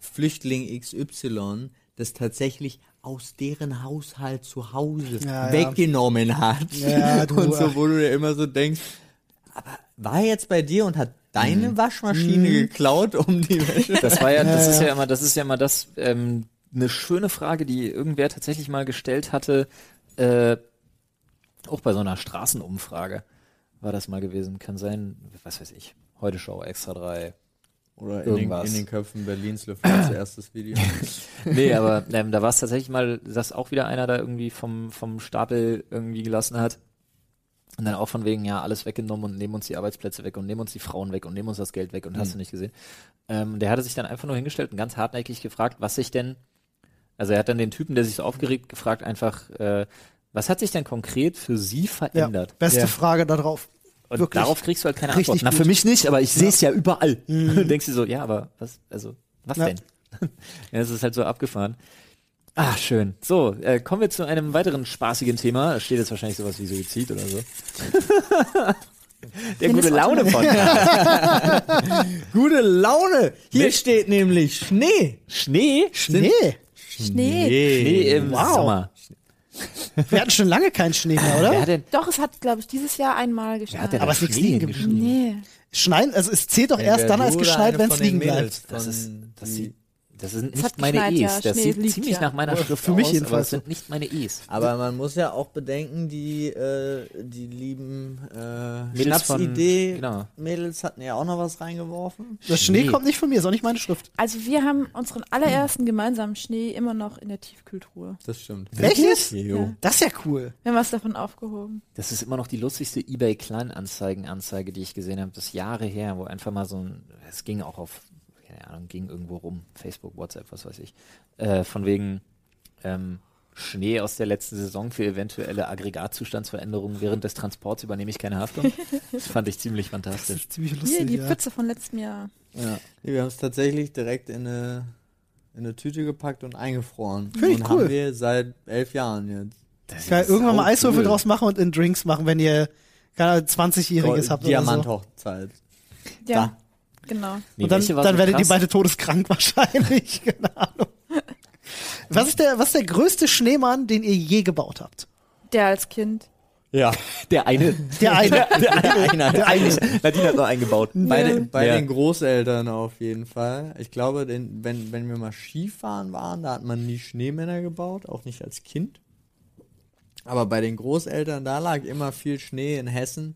Flüchtling XY das tatsächlich aus deren Haushalt zu Hause Ja, ja. weggenommen hat. Ja, du, und ach. so, wo du dir immer so denkst, aber war er jetzt bei dir und hat deine Mhm. Waschmaschine geklaut, um die Wäsche... Das war ja, das ist ja immer, das ist ja immer das, ähm, eine schöne Frage, die irgendwer tatsächlich mal gestellt hatte, äh, auch bei so einer Straßenumfrage war das mal gewesen. Kann sein, was weiß ich, heute Show, Extra 3. Oder in den- Irgendwas. in den Köpfen Berlins lüftet als erstes Video. Nee, aber ähm, da war es tatsächlich mal, dass auch wieder einer da irgendwie vom, vom Stapel irgendwie gelassen hat. Und dann auch von wegen, ja, alles weggenommen und nehmen uns die Arbeitsplätze weg und nehmen uns die Frauen weg und nehmen uns das Geld weg und Mhm. hast du nicht gesehen. Ähm, der hatte sich dann einfach nur hingestellt und ganz hartnäckig gefragt, was sich denn, also er hat dann den Typen, der sich so aufgeregt, gefragt einfach, äh, was hat sich denn konkret für sie ja, verändert? beste Ja. Frage darauf. Und Wirklich. darauf kriegst du halt keine Richtig Antwort. Na, gut. Mhm. für mich nicht, aber ich sehe es ja überall. Und du denkst dir so, ja, aber was, also, was Ja. denn? ja, es ist halt so abgefahren. Ah, schön. So, äh, kommen wir zu einem weiteren spaßigen Thema. Da steht jetzt wahrscheinlich sowas wie Suizid oder so. Der gute Laune Podcast. Gute Laune! Hier steht nämlich Schnee! Schnee? Nee, Schnee. Schnee im Wow. Sommer. wir hatten schon lange keinen Schnee mehr, Wer oder? hat denn, Doch, es hat, glaube ich, dieses Jahr wer hat einmal geschneit. denn da Aber es liegt Schnee liegen hingeschrieben? Nee. Schneien, also es zählt doch erst dann als geschneit, wenn es liegen bleibt. Das ist, Hm. das sieht, das sind hat nicht meine geschneit, ja. E's. Das Schnee sieht liegt, ziemlich ja. nach meiner Schrift Oh, für mich aus, aber jedenfalls das so. sind nicht meine E's. Aber man muss ja auch bedenken, die, äh, die lieben äh, Mädels von- Schnapsidee genau. Mädels hatten ja auch noch was reingeworfen. Der Schnee Schnee. kommt nicht von mir, ist auch nicht meine Schrift. Also wir haben unseren allerersten gemeinsamen Schnee immer noch in der Tiefkühltruhe. Das stimmt. Welches? Jo. Das ist ja cool. Wir haben was davon aufgehoben. Das ist immer noch die lustigste eBay Kleinanzeigen-Anzeige, die ich gesehen habe. Das ist Jahre her, wo einfach mal so ein, es ging auch auf, keine Ahnung, ging irgendwo rum, Facebook, WhatsApp, was weiß ich, äh, von wegen ähm, Schnee aus der letzten Saison für eventuelle Aggregatzustandsveränderungen während des Transports übernehme ich keine Haftung. Das fand ich ziemlich Das fantastisch. ist ziemlich Hier, lustig. die ja. Pfütze von letztem Jahr. Ja. Nee, Wir haben es tatsächlich direkt in eine, in eine Tüte gepackt und eingefroren. Finde ich und cool. haben wir seit elf Jahren jetzt. Das Geil, ist irgendwann mal sau Eiswürfel cool. draus machen und in Drinks machen, wenn ihr keine Ahnung, 20-Jähriges habt oder Diamanthochzeit. Ja, Da. genau. so. Nee, Und dann, welche war dann so werdet ihr krass? beide todeskrank wahrscheinlich. Keine Ahnung. Was ist, der, was ist der größte Schneemann, den ihr je gebaut habt? Der als Kind. Ja. Der eine, Der eine. der eine, der eine. Nadine hat noch eingebaut. Bei, Beide, den, bei den Großeltern auf jeden Fall. Ich glaube, den, wenn, wenn wir mal Skifahren waren, da hat man nie Schneemänner gebaut, auch nicht als Kind. Aber bei den Großeltern, da lag immer viel Schnee in Hessen.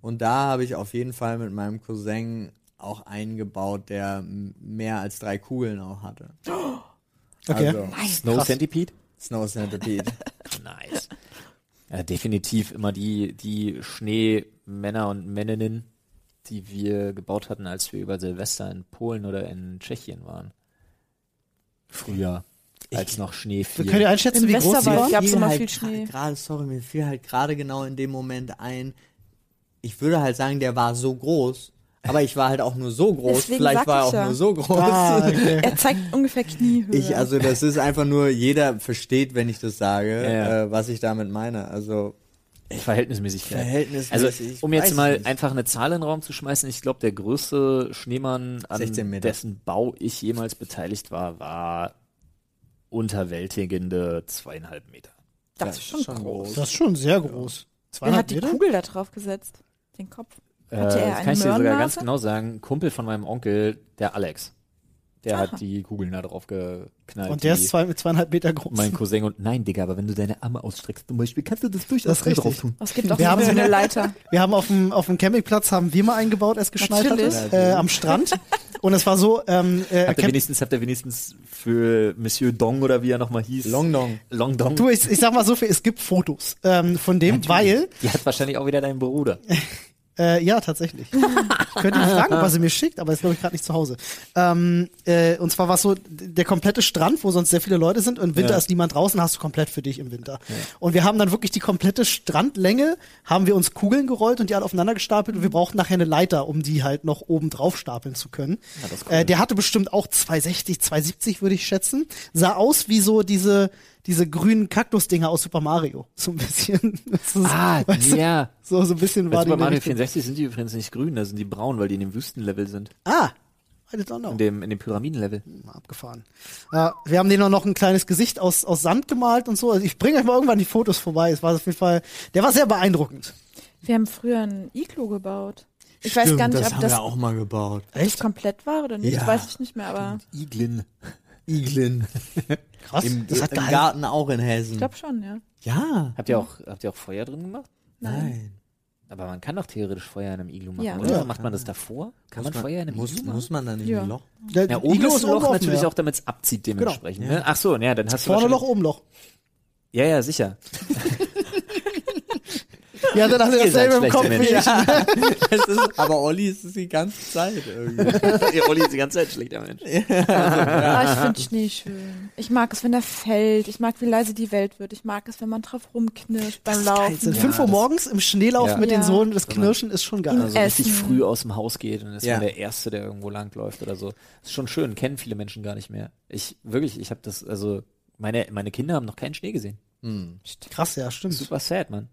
Und da habe ich auf jeden Fall mit meinem Cousin auch einen gebaut, der m- mehr als drei Kugeln auch hatte. Okay. Also, Snow Centipede? Snow Centipede. Nice. Ja, definitiv immer die, die Schneemänner und Männinnen, die wir gebaut hatten, als wir über Silvester in Polen oder in Tschechien waren. Früher, als noch Schnee So könnt ihr fiel. einschätzen, Im wie groß sie Westerwald waren? gab's fiel immer halt viel gra- Schnee. Gerade, sorry, mir fiel halt gerade genau in dem Moment ein. Ich würde halt sagen, der war so groß, aber ich war halt auch nur so groß. Deswegen Vielleicht sag war er ich auch ja. nur so groß. Ah, okay. Er zeigt ungefähr Kniehöhe. Ich, also das ist einfach nur, jeder versteht, wenn ich das sage, Ja, ja. Äh, was ich damit meine. Also Verhältnismäßigkeit. Also, verhältnismäßig. um jetzt weiß mal nicht. einfach eine Zahl in den Raum zu schmeißen, ich glaube, der größte Schneemann, an 16 Meter. dessen Bau ich jemals beteiligt war, war unterwältigende zweieinhalb Meter. das Ja, ist schon, groß. Das ist schon sehr groß. Wer hat 200 die Meter? Kugel da drauf gesetzt? Den Kopf. Äh, Hatte er das eine kann ich dir sogar ganz Möhrennase? genau sagen. Ein Kumpel von meinem Onkel, der Alex, der Aha. hat die Kugeln da drauf geknallt. Und der die ist zwei, mit zweieinhalb Meter groß. mein Cousin und nein, Digga, aber wenn du deine Arme ausstreckst zum Beispiel, kannst du das Das durchaus ist da richtig. drauf tun. Oh, es gibt auch Wir so haben- eine Leiter. Wir haben auf dem, auf dem Campingplatz haben wir mal eingebaut, als geschneit Natürlich. hatte, äh, am Strand. Und es war so, ähm, äh, Habt ihr Camp wenigstens, habt ihr wenigstens für Monsieur Dong oder wie er nochmal hieß? Long Dong. Long Dong. du, ich, ich sag mal so viel, es gibt Fotos ähm, von dem, weil Die hat wahrscheinlich auch wieder deinen Bruder. Äh, ja, tatsächlich. ich könnte ihn fragen, was er mir schickt, aber ist, glaube ich, gerade nicht zu Hause. Ähm, äh, und zwar war es so, d- der komplette Strand, wo sonst sehr viele Leute sind und im Winter Ja. ist niemand draußen, hast du komplett für dich im Winter. Und wir haben dann wirklich die komplette Strandlänge, haben wir uns Kugeln gerollt und die alle aufeinander gestapelt und wir brauchten nachher eine Leiter, um die halt noch oben drauf stapeln zu können. äh, der hatte bestimmt auch 260, 270 würde ich schätzen. Sah aus wie so diese, diese grünen Kaktusdinger aus Super Mario. So ein bisschen. Das ist- Ah, weißt du, ja. So, so ein bisschen Bei war die Super in der Mario Richtung. 64 sind die übrigens nicht grün, da sind die braun, weil die in dem Wüstenlevel sind. Ah, I don't know. In dem, in dem Pyramidenlevel. Mal abgefahren. Ja, wir haben denen auch noch ein kleines Gesicht aus, aus Sand gemalt und so. Also ich bringe euch mal irgendwann die Fotos vorbei. Es war auf jeden Fall, der war sehr beeindruckend. Wir haben früher ein Iglo gebaut. Ich weiß gar nicht, das ob haben das wir auch mal gebaut. Echt? komplett war oder nicht, Ja. weiß ich nicht mehr, aber Iglin. Iglin. Krass. Im, das hat im gehalten. Garten auch in Hessen. ich glaube schon, ja. ja. Habt ihr auch, habt ihr auch Feuer drin gemacht? Nein. Aber man kann doch theoretisch Feuer in einem Iglu machen, Ja. oder? Ja. Macht man das davor? Kann man, Feuer in einem muss, Iglu machen? muss man dann in Ja. ein Loch? Der Ja, oben Iglo ist ein Loch offen, natürlich ja. auch, damit es abzieht Genau. dementsprechend. Ne? Ach so, ja, dann hast Vorne du Loch, wahrscheinlich- oben Loch. um- Ja, ja, sicher. Ja, dann hat er Ihr seid dasselbe im schlechte Kopf wie Menschen. ich. Es ist, aber Olli ist es die ganze Zeit irgendwie. Ihr Olli ist die ganze Zeit schlechter Mensch. Aber ich finde Schnee schön. Ich mag es, wenn er fällt. Ich mag, wie leise die Welt wird. Ich mag es, wenn man drauf rumknirscht beim Laufen. Sind 5 Uhr das- morgens im Schneelauf Ja. mit den Ja. Sohlen, das Knirschen ist schon geil. Also richtig Essen. früh aus dem Haus geht und ist Ja. man der Erste, der irgendwo langläuft oder so. Ist schon schön, kennen viele Menschen gar nicht mehr. Ich, wirklich, ich habe das, also, meine, meine Kinder haben noch keinen Schnee gesehen. Hm. Krass, ja, stimmt. Super sad, Mann.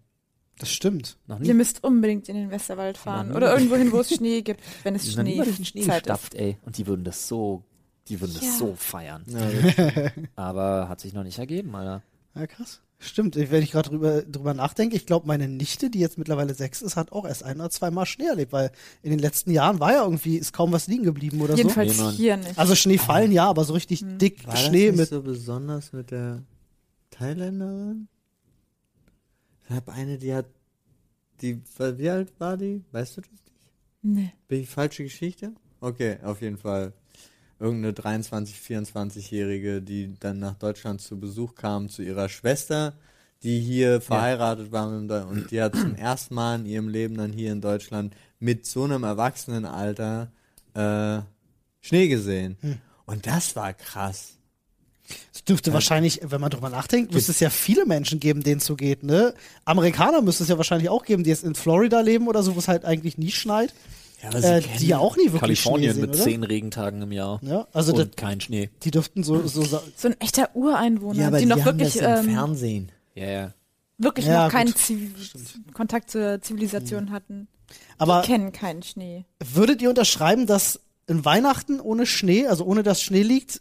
Das stimmt. Noch Ihr nie. müsst unbedingt in den Westerwald fahren Mann. oder irgendwo hin, wo es Schnee gibt, wenn es noch nie Schnee, mal durch den Schnee Zeit ist. gestapft, ey. Und die würden das so, die würden Ja. das so feiern. Ja, Aber hat sich noch nicht ergeben, Alter. Ja, krass. Stimmt, wenn ich gerade drüber, drüber nachdenke, ich glaube, meine Nichte, die jetzt mittlerweile sechs ist, hat auch erst ein oder zweimal Schnee erlebt, weil in den letzten Jahren war ja irgendwie, ist kaum was liegen geblieben oder so. Jedenfalls Niemand. hier nicht. Mhm. Also Schnee fallen ja, aber so richtig dick War das Schnee nicht mit. so besonders mit der Thailänderin? Ich hab eine, die hat, die, wie alt war die? Weißt du das nicht? nee. Bin ich falsche Geschichte? Okay, auf jeden Fall. Irgendeine 23, 24-Jährige, die dann nach Deutschland zu Besuch kam, zu ihrer Schwester, die hier verheiratet war mit einem Deu- und die hat zum ersten Mal in ihrem Leben dann hier in Deutschland mit so einem Erwachsenenalter äh, Schnee gesehen. Und das war krass. Es dürfte wahrscheinlich, wenn man drüber nachdenkt, müsste es ja viele Menschen geben, denen es so geht, ne? Amerikaner müsste es ja wahrscheinlich auch geben, die jetzt in Florida leben oder so, wo es halt eigentlich nie schneit, Ja, aber äh, die ja auch nie wirklich Also Kalifornien Schnee sehen, mit oder? zehn Regentagen im Jahr. Ja, also das, und kein Schnee. die dürften so, so sa- So ein echter Ureinwohner, ja, aber die die, noch haben wirklich, das im ähm, Fernsehen. Ja, ja. wirklich Ja, noch keinen gut. Mhm. Zivi- Kontakt zur Zivilisation hatten. aber die kennen keinen Schnee. Würdet ihr unterschreiben, dass in Weihnachten ohne Schnee, also ohne dass Schnee liegt,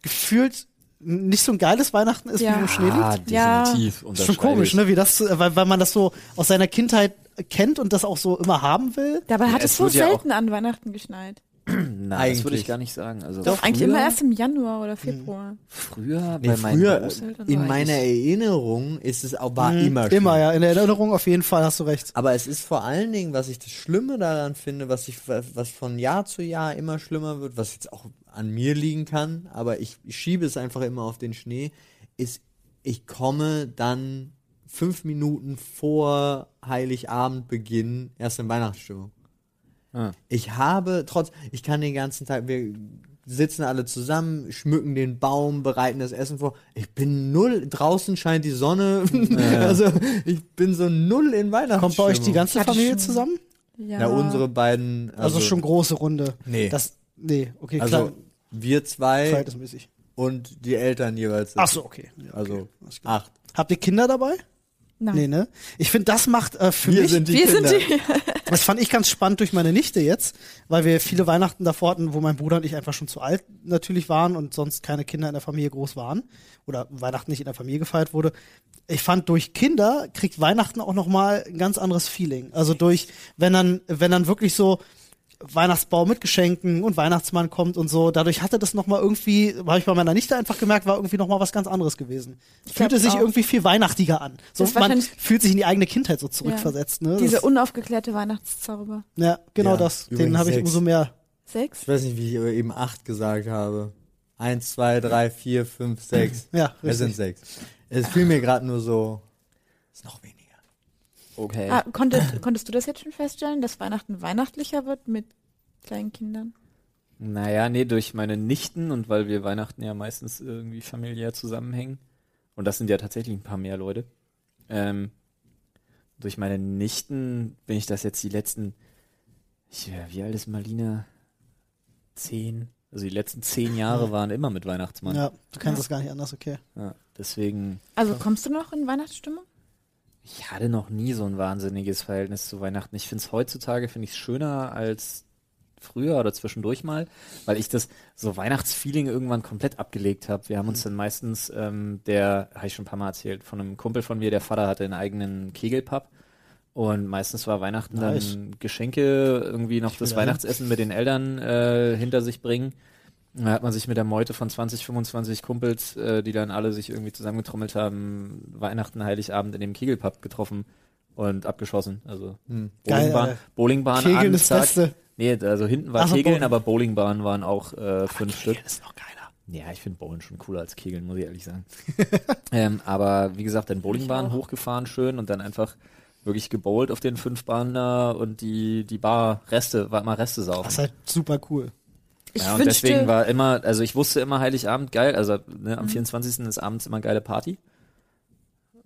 gefühlt nicht so ein geiles Weihnachten ist, Ja. wie wo Schnee Ah, liegt? Ja. definitiv. Ja. Ist schon komisch, ne? Wie das, so- weil, weil man das so aus seiner Kindheit kennt und das auch so immer haben will. Dabei Ja, hat es es, so wird ja auch- selten an Weihnachten geschneit. Nein, das würde Eigentlich. ich gar nicht sagen. Also Doch, Eigentlich früher- immer erst im Januar Mhm. oder Februar. früher Nee, bei meinen früher, Großeltern war in ich- meiner Erinnerung, ist es auch, war Ah, immer Ah, Schnee. Hm. Mhm. Immer, ja. In der Erinnerung auf jeden Fall hast du recht. Aber es ist vor allen Dingen, was ich das Schlimme daran finde, was ich, was von Jahr zu Jahr immer schlimmer wird, was jetzt auch an mir liegen kann, aber ich, ich schiebe es einfach immer auf den Schnee, ist, ich komme dann fünf Minuten vor Heiligabendbeginn erst in Weihnachtsstimmung. Ah. Ich habe trotz, ich kann den ganzen Tag, wir sitzen alle zusammen, schmücken den Baum, bereiten das Essen vor. Ich bin null, draußen scheint die Sonne. Also ich bin so null in Weihnachten. Kommt bei euch die ganze Ja, das Familie stimmt. zusammen? Ja. Ja, unsere beiden. Also, schon große Runde. Nee. Das, nee, okay, also also, wir zwei klein, verhältnismäßig. und die Eltern jeweils. Ach so, okay. Ja, okay. Also Alles klar. acht. Habt ihr Kinder dabei? Nein. Nee, ne? Ich finde, das macht äh, für Wir mich sind die Wir Kinder. sind die. Das fand ich ganz spannend durch meine Nichte jetzt, weil wir viele Weihnachten davor hatten, wo mein Bruder und ich einfach schon zu alt natürlich waren und sonst keine Kinder in der Familie groß waren oder Weihnachten nicht in der Familie gefeiert wurde. Ich fand durch Kinder kriegt Weihnachten auch noch mal ein ganz anderes Feeling. Also durch wenn dann wenn dann wirklich so Weihnachtsbaum mit Geschenken und Weihnachtsmann kommt und so. Dadurch hatte das nochmal irgendwie, habe ich bei meiner Nichte einfach gemerkt, war irgendwie nochmal was ganz anderes gewesen. glaub Fühlte sich auch. irgendwie viel weihnachtiger an. So, Das ist man wahrscheinlich- fühlt sich in die eigene Kindheit so zurückversetzt. Ne? Diese Das- unaufgeklärte Weihnachtszauber. ja, genau Ja, das. Den übrigens habe ich sechs. umso mehr. Sechs? Ich weiß nicht, wie ich eben acht gesagt habe. Eins, zwei, drei, vier, fünf, sechs. Ja, Es sind richtig. sechs. Es fiel mir gerade nur so. Ist noch weniger. Okay. Ah, konntest, konntest du das jetzt schon feststellen, dass Weihnachten weihnachtlicher wird mit kleinen Kindern? Naja, nee, durch meine Nichten und weil wir Weihnachten ja meistens irgendwie familiär zusammenhängen. Und das sind ja tatsächlich ein paar mehr Leute. Ähm, durch meine Nichten bin ich das jetzt die letzten, ich, äh, wie alt ist Marlina? Zehn. Also die letzten zehn Jahre waren immer mit Weihnachtsmann. Ja, du kannst es gar nicht anders, okay. Ja, deswegen, Also kommst du noch in Weihnachtsstimmung? ich hatte noch nie so ein wahnsinniges Verhältnis zu Weihnachten. Ich finde es heutzutage finde ich schöner als früher oder zwischendurch mal, weil ich das so Weihnachtsfeeling irgendwann komplett abgelegt habe. Wir haben Mhm. uns dann meistens, ähm, der habe ich schon ein paar Mal erzählt, von einem Kumpel von mir, der Vater hatte einen eigenen Kegelpub. Und meistens war Weihnachten Nice. dann Geschenke, irgendwie noch das will dahin. Weihnachtsessen mit den Eltern äh, hinter sich bringen. Und Da hat man sich mit der Meute von 20, 25 Kumpels, äh, die dann alle sich irgendwie zusammengetrommelt haben, Weihnachten, Heiligabend in dem Kegelpub getroffen und abgeschossen. Also Hm. Geil, Bowlingbahn, Alter. Bowlingbahn Kegeln an, ist zack. Beste. Nee, also hinten war Ach so, Kegeln, Bowling. aber Bowlingbahn waren auch äh, fünf Stück. ist noch geiler. Ja, ich finde Bowlen schon cooler als Kegeln, muss ich ehrlich sagen. ähm, aber wie gesagt, dann Bowlingbahn hochgefahren schön und dann einfach wirklich gebowlt auf den fünf Bahnen da und die, die Bar Reste, war immer Reste saufen. Das ist halt super cool. Ich ja, und wünschte, deswegen war immer, also ich wusste immer Heiligabend geil, also ne, am 24. ist abends immer geile Party.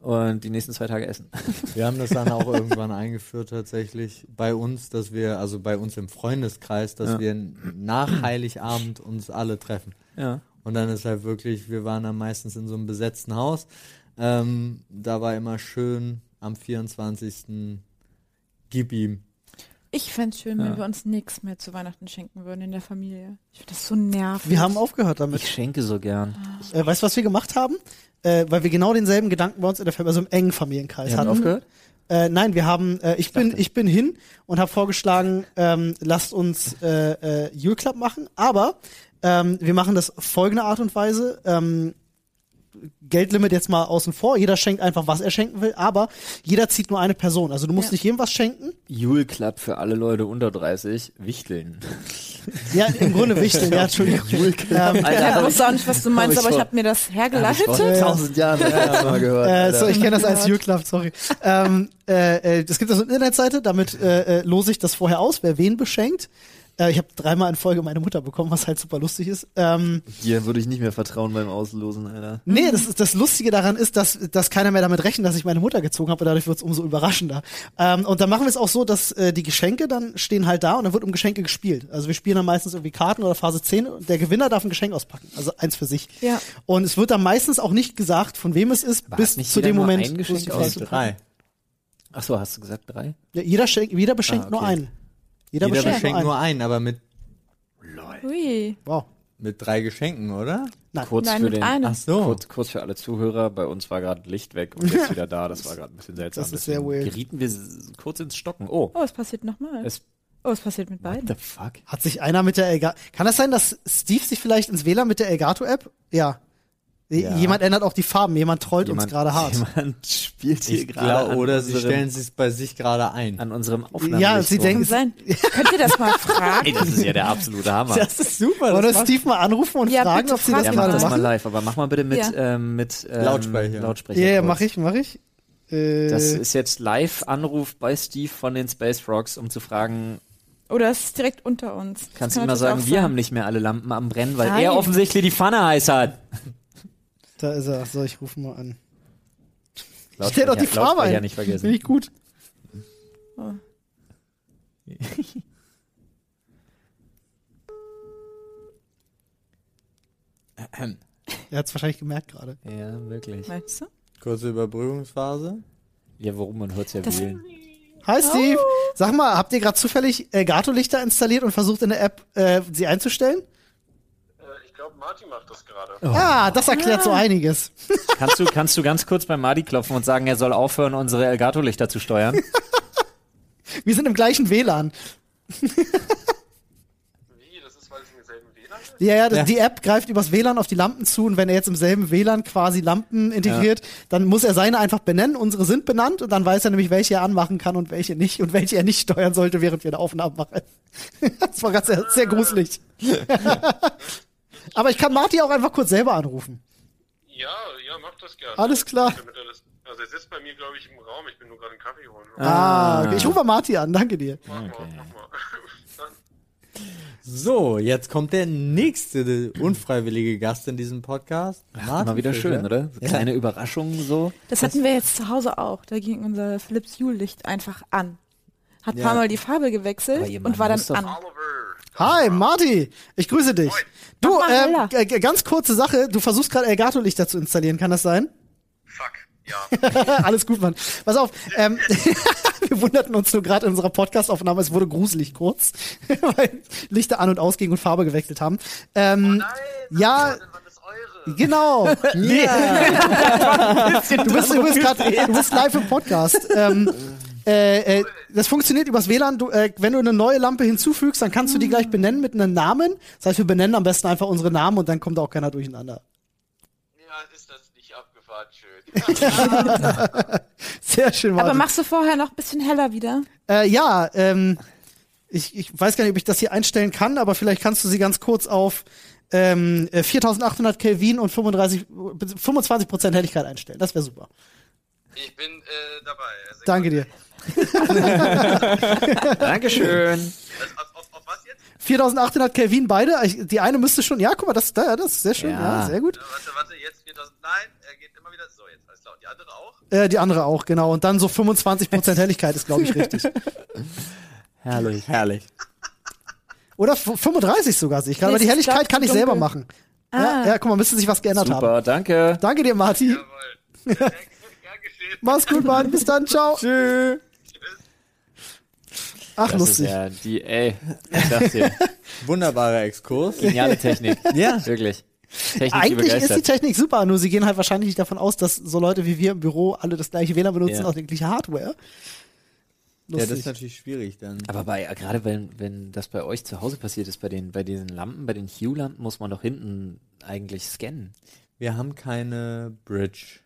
Und die nächsten zwei Tage essen. Wir haben das dann auch irgendwann eingeführt tatsächlich bei uns, dass wir, also bei uns im Freundeskreis, dass wir nach Heiligabend uns alle treffen. Ja. Und dann ist halt wirklich, wir waren dann meistens in so einem besetzten Haus. Ähm, da war immer schön am 24. Gib ihm. ich fände es schön, Ja. wenn wir uns nichts mehr zu Weihnachten schenken würden in der Familie. Ich finde das so nervig. Wir haben aufgehört damit. Ich schenke so gern. Äh, weißt du, was wir gemacht haben? Äh, weil wir genau denselben Gedanken bei uns in der Familie, also im engen Familienkreis Ihr habt hatten. aufgehört? Äh, nein, wir haben, äh, ich, bin, ich bin hin und habe vorgeschlagen, ähm, lasst uns äh, äh, Jule Club machen, aber ähm, wir machen das folgende Art und Weise. Ähm, Geldlimit jetzt mal außen vor, jeder schenkt einfach, was er schenken will, aber jeder zieht nur eine Person. Also du musst Ja. nicht jedem was schenken. Jule Club für alle Leute unter 30, Wichteln. Ja, im Grunde wichtig, ja, Entschuldigung. Ähm, ja, ich wusste auch nicht, was du meinst, hab ich aber ich vor- habe mir das Vor hergeleitet. tausend Jahren das erste Mal gehört. Äh, Alter. so, ich kenne das als Gott. YouClub, sorry. ähm, äh, äh, es gibt also eine Internetseite, damit äh, äh, lose ich das vorher aus, wer wen beschenkt. Äh, ich habe dreimal in Folge meine Mutter bekommen, was halt super lustig ist. Ähm, Dir würde ich nicht mehr vertrauen beim Auslosen, Alter. nee, das, ist, das Lustige daran ist, dass, dass keiner mehr damit rechnet, dass ich meine Mutter gezogen habe und dadurch wird's umso überraschender. Ähm, und dann machen wir es auch so, dass äh, die Geschenke dann stehen halt da und dann wird um Geschenke gespielt. Also wir spielen dann meistens irgendwie Karten oder Phase 10 und der Gewinner darf ein Geschenk auspacken, also eins für sich. Ja. Und es wird dann meistens auch nicht gesagt, von wem es ist, bis zu dem Moment. wo es Eingeschenk gefallen aus ist. drei. Ach so, hast du gesagt drei? Ja, jeder, schenkt, jeder beschenkt Ah, okay. nur einen. Jeder, Jeder beschenkt, beschenkt nur nur einen. einen, aber mit, Ui. Wow. mit drei Geschenken, oder? Nein. Kurz Nein, für mit den, einem. Ach so. Kurz, kurz für alle Zuhörer, bei uns war gerade Licht weg und jetzt wieder da. Das war gerade ein bisschen seltsam. Das ist sehr Deswegen weird. Gerieten wir s- kurz ins Stocken. Oh, Oh, es passiert nochmal. es, Oh, es passiert mit what beiden. the fuck? Hat sich einer mit der Elgato. Kann das sein, dass Steve sich vielleicht ins WLAN mit der Elgato-App? Ja. Ja. Jemand ändert auch die Farben. Jemand trollt uns gerade hart. Jemand spielt hier Ich gerade glaub, an, oder sie unserem- stellen es bei sich gerade ein. an unserem Aufnahme. Ja, sie denken- Kann sein. Könnt ihr das mal Ey, fragen? das ist ja der absolute Hammer. ist super, Wollen wir das macht- Steve mal anrufen und Ja, fragen, bitte ob sie frag das ja, ihn mach gerade das mal machen? live, aber mach mal bitte mit, Ja. ähm, mit ähm, Lautsprecher. Lautsprecher Ja, ja, kurz. mach ich, mach ich. Äh, Das ist jetzt Live-Anruf bei Steve von den Space Frogs, um zu fragen, Oder es ist direkt unter uns. Das kannst du ihm kann mal natürlich sagen, auch wir haben nicht mehr alle Lampen am Brennen, weil Nein. er offensichtlich die Pfanne heiß hat. da ist er. So, ich rufe mal an. Stell doch die Lautsprecher- Farbe Lautsprecher ein. nicht Bin vergessen. ich gut. Oh. Er hat es wahrscheinlich gemerkt gerade. Ja, wirklich. Meinst du? Kurze Überbrückungsphase. Ja, warum? Man hört ja Das- wählen. Hi Steve. Sag mal, habt ihr gerade zufällig Elgato-Lichter installiert und versucht in der App äh, sie einzustellen? Äh, Ich glaube, Martin macht das gerade. Ah, das erklärt so einiges. Kannst du, kannst du ganz kurz bei Madi klopfen und sagen, er soll aufhören, unsere Elgato-Lichter zu steuern? Wir sind im gleichen WLAN. Wie? Das ist, weil es im selben WLAN ist? Ja, ja, das, Ja. die App greift übers WLAN auf die Lampen zu und wenn er jetzt im selben WLAN quasi Lampen integriert, dann muss er seine einfach benennen. Unsere sind benannt und dann weiß er nämlich, welche er anmachen kann und welche nicht und welche er nicht steuern sollte, während wir eine Aufnahme machen. das war ganz sehr, sehr gruselig. Aber ich kann Marty auch einfach kurz selber anrufen. Ja, ja, macht das gerne. Alles klar. Damit er das- ja. Also er sitzt bei mir, glaube ich, im Raum. Ich bin nur gerade einen Kaffee holen. Ah, okay. ich rufe Marti an, danke dir. Mach mal, mach mal. Dann, So, jetzt kommt der nächste unfreiwillige Gast in diesem Podcast. Martin Mal wieder Fischer. schön, oder? So Kleine Überraschungen so. Das hatten wir jetzt zu Hause auch. Da ging unser Philips Hue Licht einfach an. Hat Ja. paar Mal die Farbe Aber gewechselt ihr Mann und war dann muss doch- an. Oliver. Hi, Marti, ich grüße dich. Du, Mach mal ähm, heller. g- g- ganz kurze Sache, du versuchst gerade Elgato-Lichter zu installieren, kann das sein? Fuck. Ja. Alles gut, Mann. Pass auf, ähm, wir wunderten uns nur gerade in unserer Podcast-Aufnahme, es wurde gruselig kurz, weil Lichter an- und ausgingen und Farbe gewechselt haben. Ähm, ja, Wann ist eure? genau. Nee. du bist, du bist, grad, du bist live im Podcast. Ähm, äh, äh, das funktioniert übers WLAN. Du, äh, wenn du eine neue Lampe hinzufügst, dann kannst du die gleich benennen mit einem Namen. Das heißt, wir benennen am besten einfach unsere Namen und dann kommt auch keiner durcheinander. Ja, ist das nicht abgefahren schön. Sehr schön, Aber Martin. machst du vorher noch ein bisschen heller wieder? Äh, ja, ähm, ich, ich weiß gar nicht, ob ich das hier einstellen kann, aber vielleicht kannst du sie ganz kurz auf ähm, äh, 4800 Kelvin und 35, 25% Helligkeit einstellen. Das wäre super. Ich bin äh, dabei. Also, Danke dir. Dankeschön. Also, auf, auf, auf was jetzt? 4800 Kelvin beide. Ich, die eine müsste schon, ja, guck mal, das, da, das ist sehr schön, ja, Ja. sehr gut. Äh, Warte, warte, jetzt 4000. Nein, er geht immer wieder. So, jetzt alles klar. Und die andere auch? Äh, die andere auch, genau. Und dann so 25% Helligkeit ist, glaube ich, richtig. Herrlich, herrlich. Oder f- 35 sogar sehe ich gerade. Nee, Aber es die ist glatt, Helligkeit kann ich dunkel. Ah. selber machen. Ja, ja, guck mal, müsste sich was geändert haben. Super, danke. Danke dir, Marti. Jawohl. Ja, gern geschehen. Mach's gut, Mann. Bis dann, ciao. Tschüss. Ach, Das ist lustig. ja die, ey, ich sag's dir. Wunderbarer Exkurs. Geniale Technik. Ja. Wirklich. Technik, die Eigentlich ist die begeistert. Technik super, nur sie gehen halt wahrscheinlich nicht davon aus, dass so Leute wie wir im Büro alle das gleiche WLAN benutzen, Ja. halt auch die gleiche Hardware. Ja, das Lustig. ist natürlich schwierig dann. aber bei, gerade wenn, wenn das bei euch zu Hause passiert ist, bei den, bei diesen Lampen, bei den Hue-Lampen, muss man doch hinten eigentlich scannen. Wir haben keine Bridge.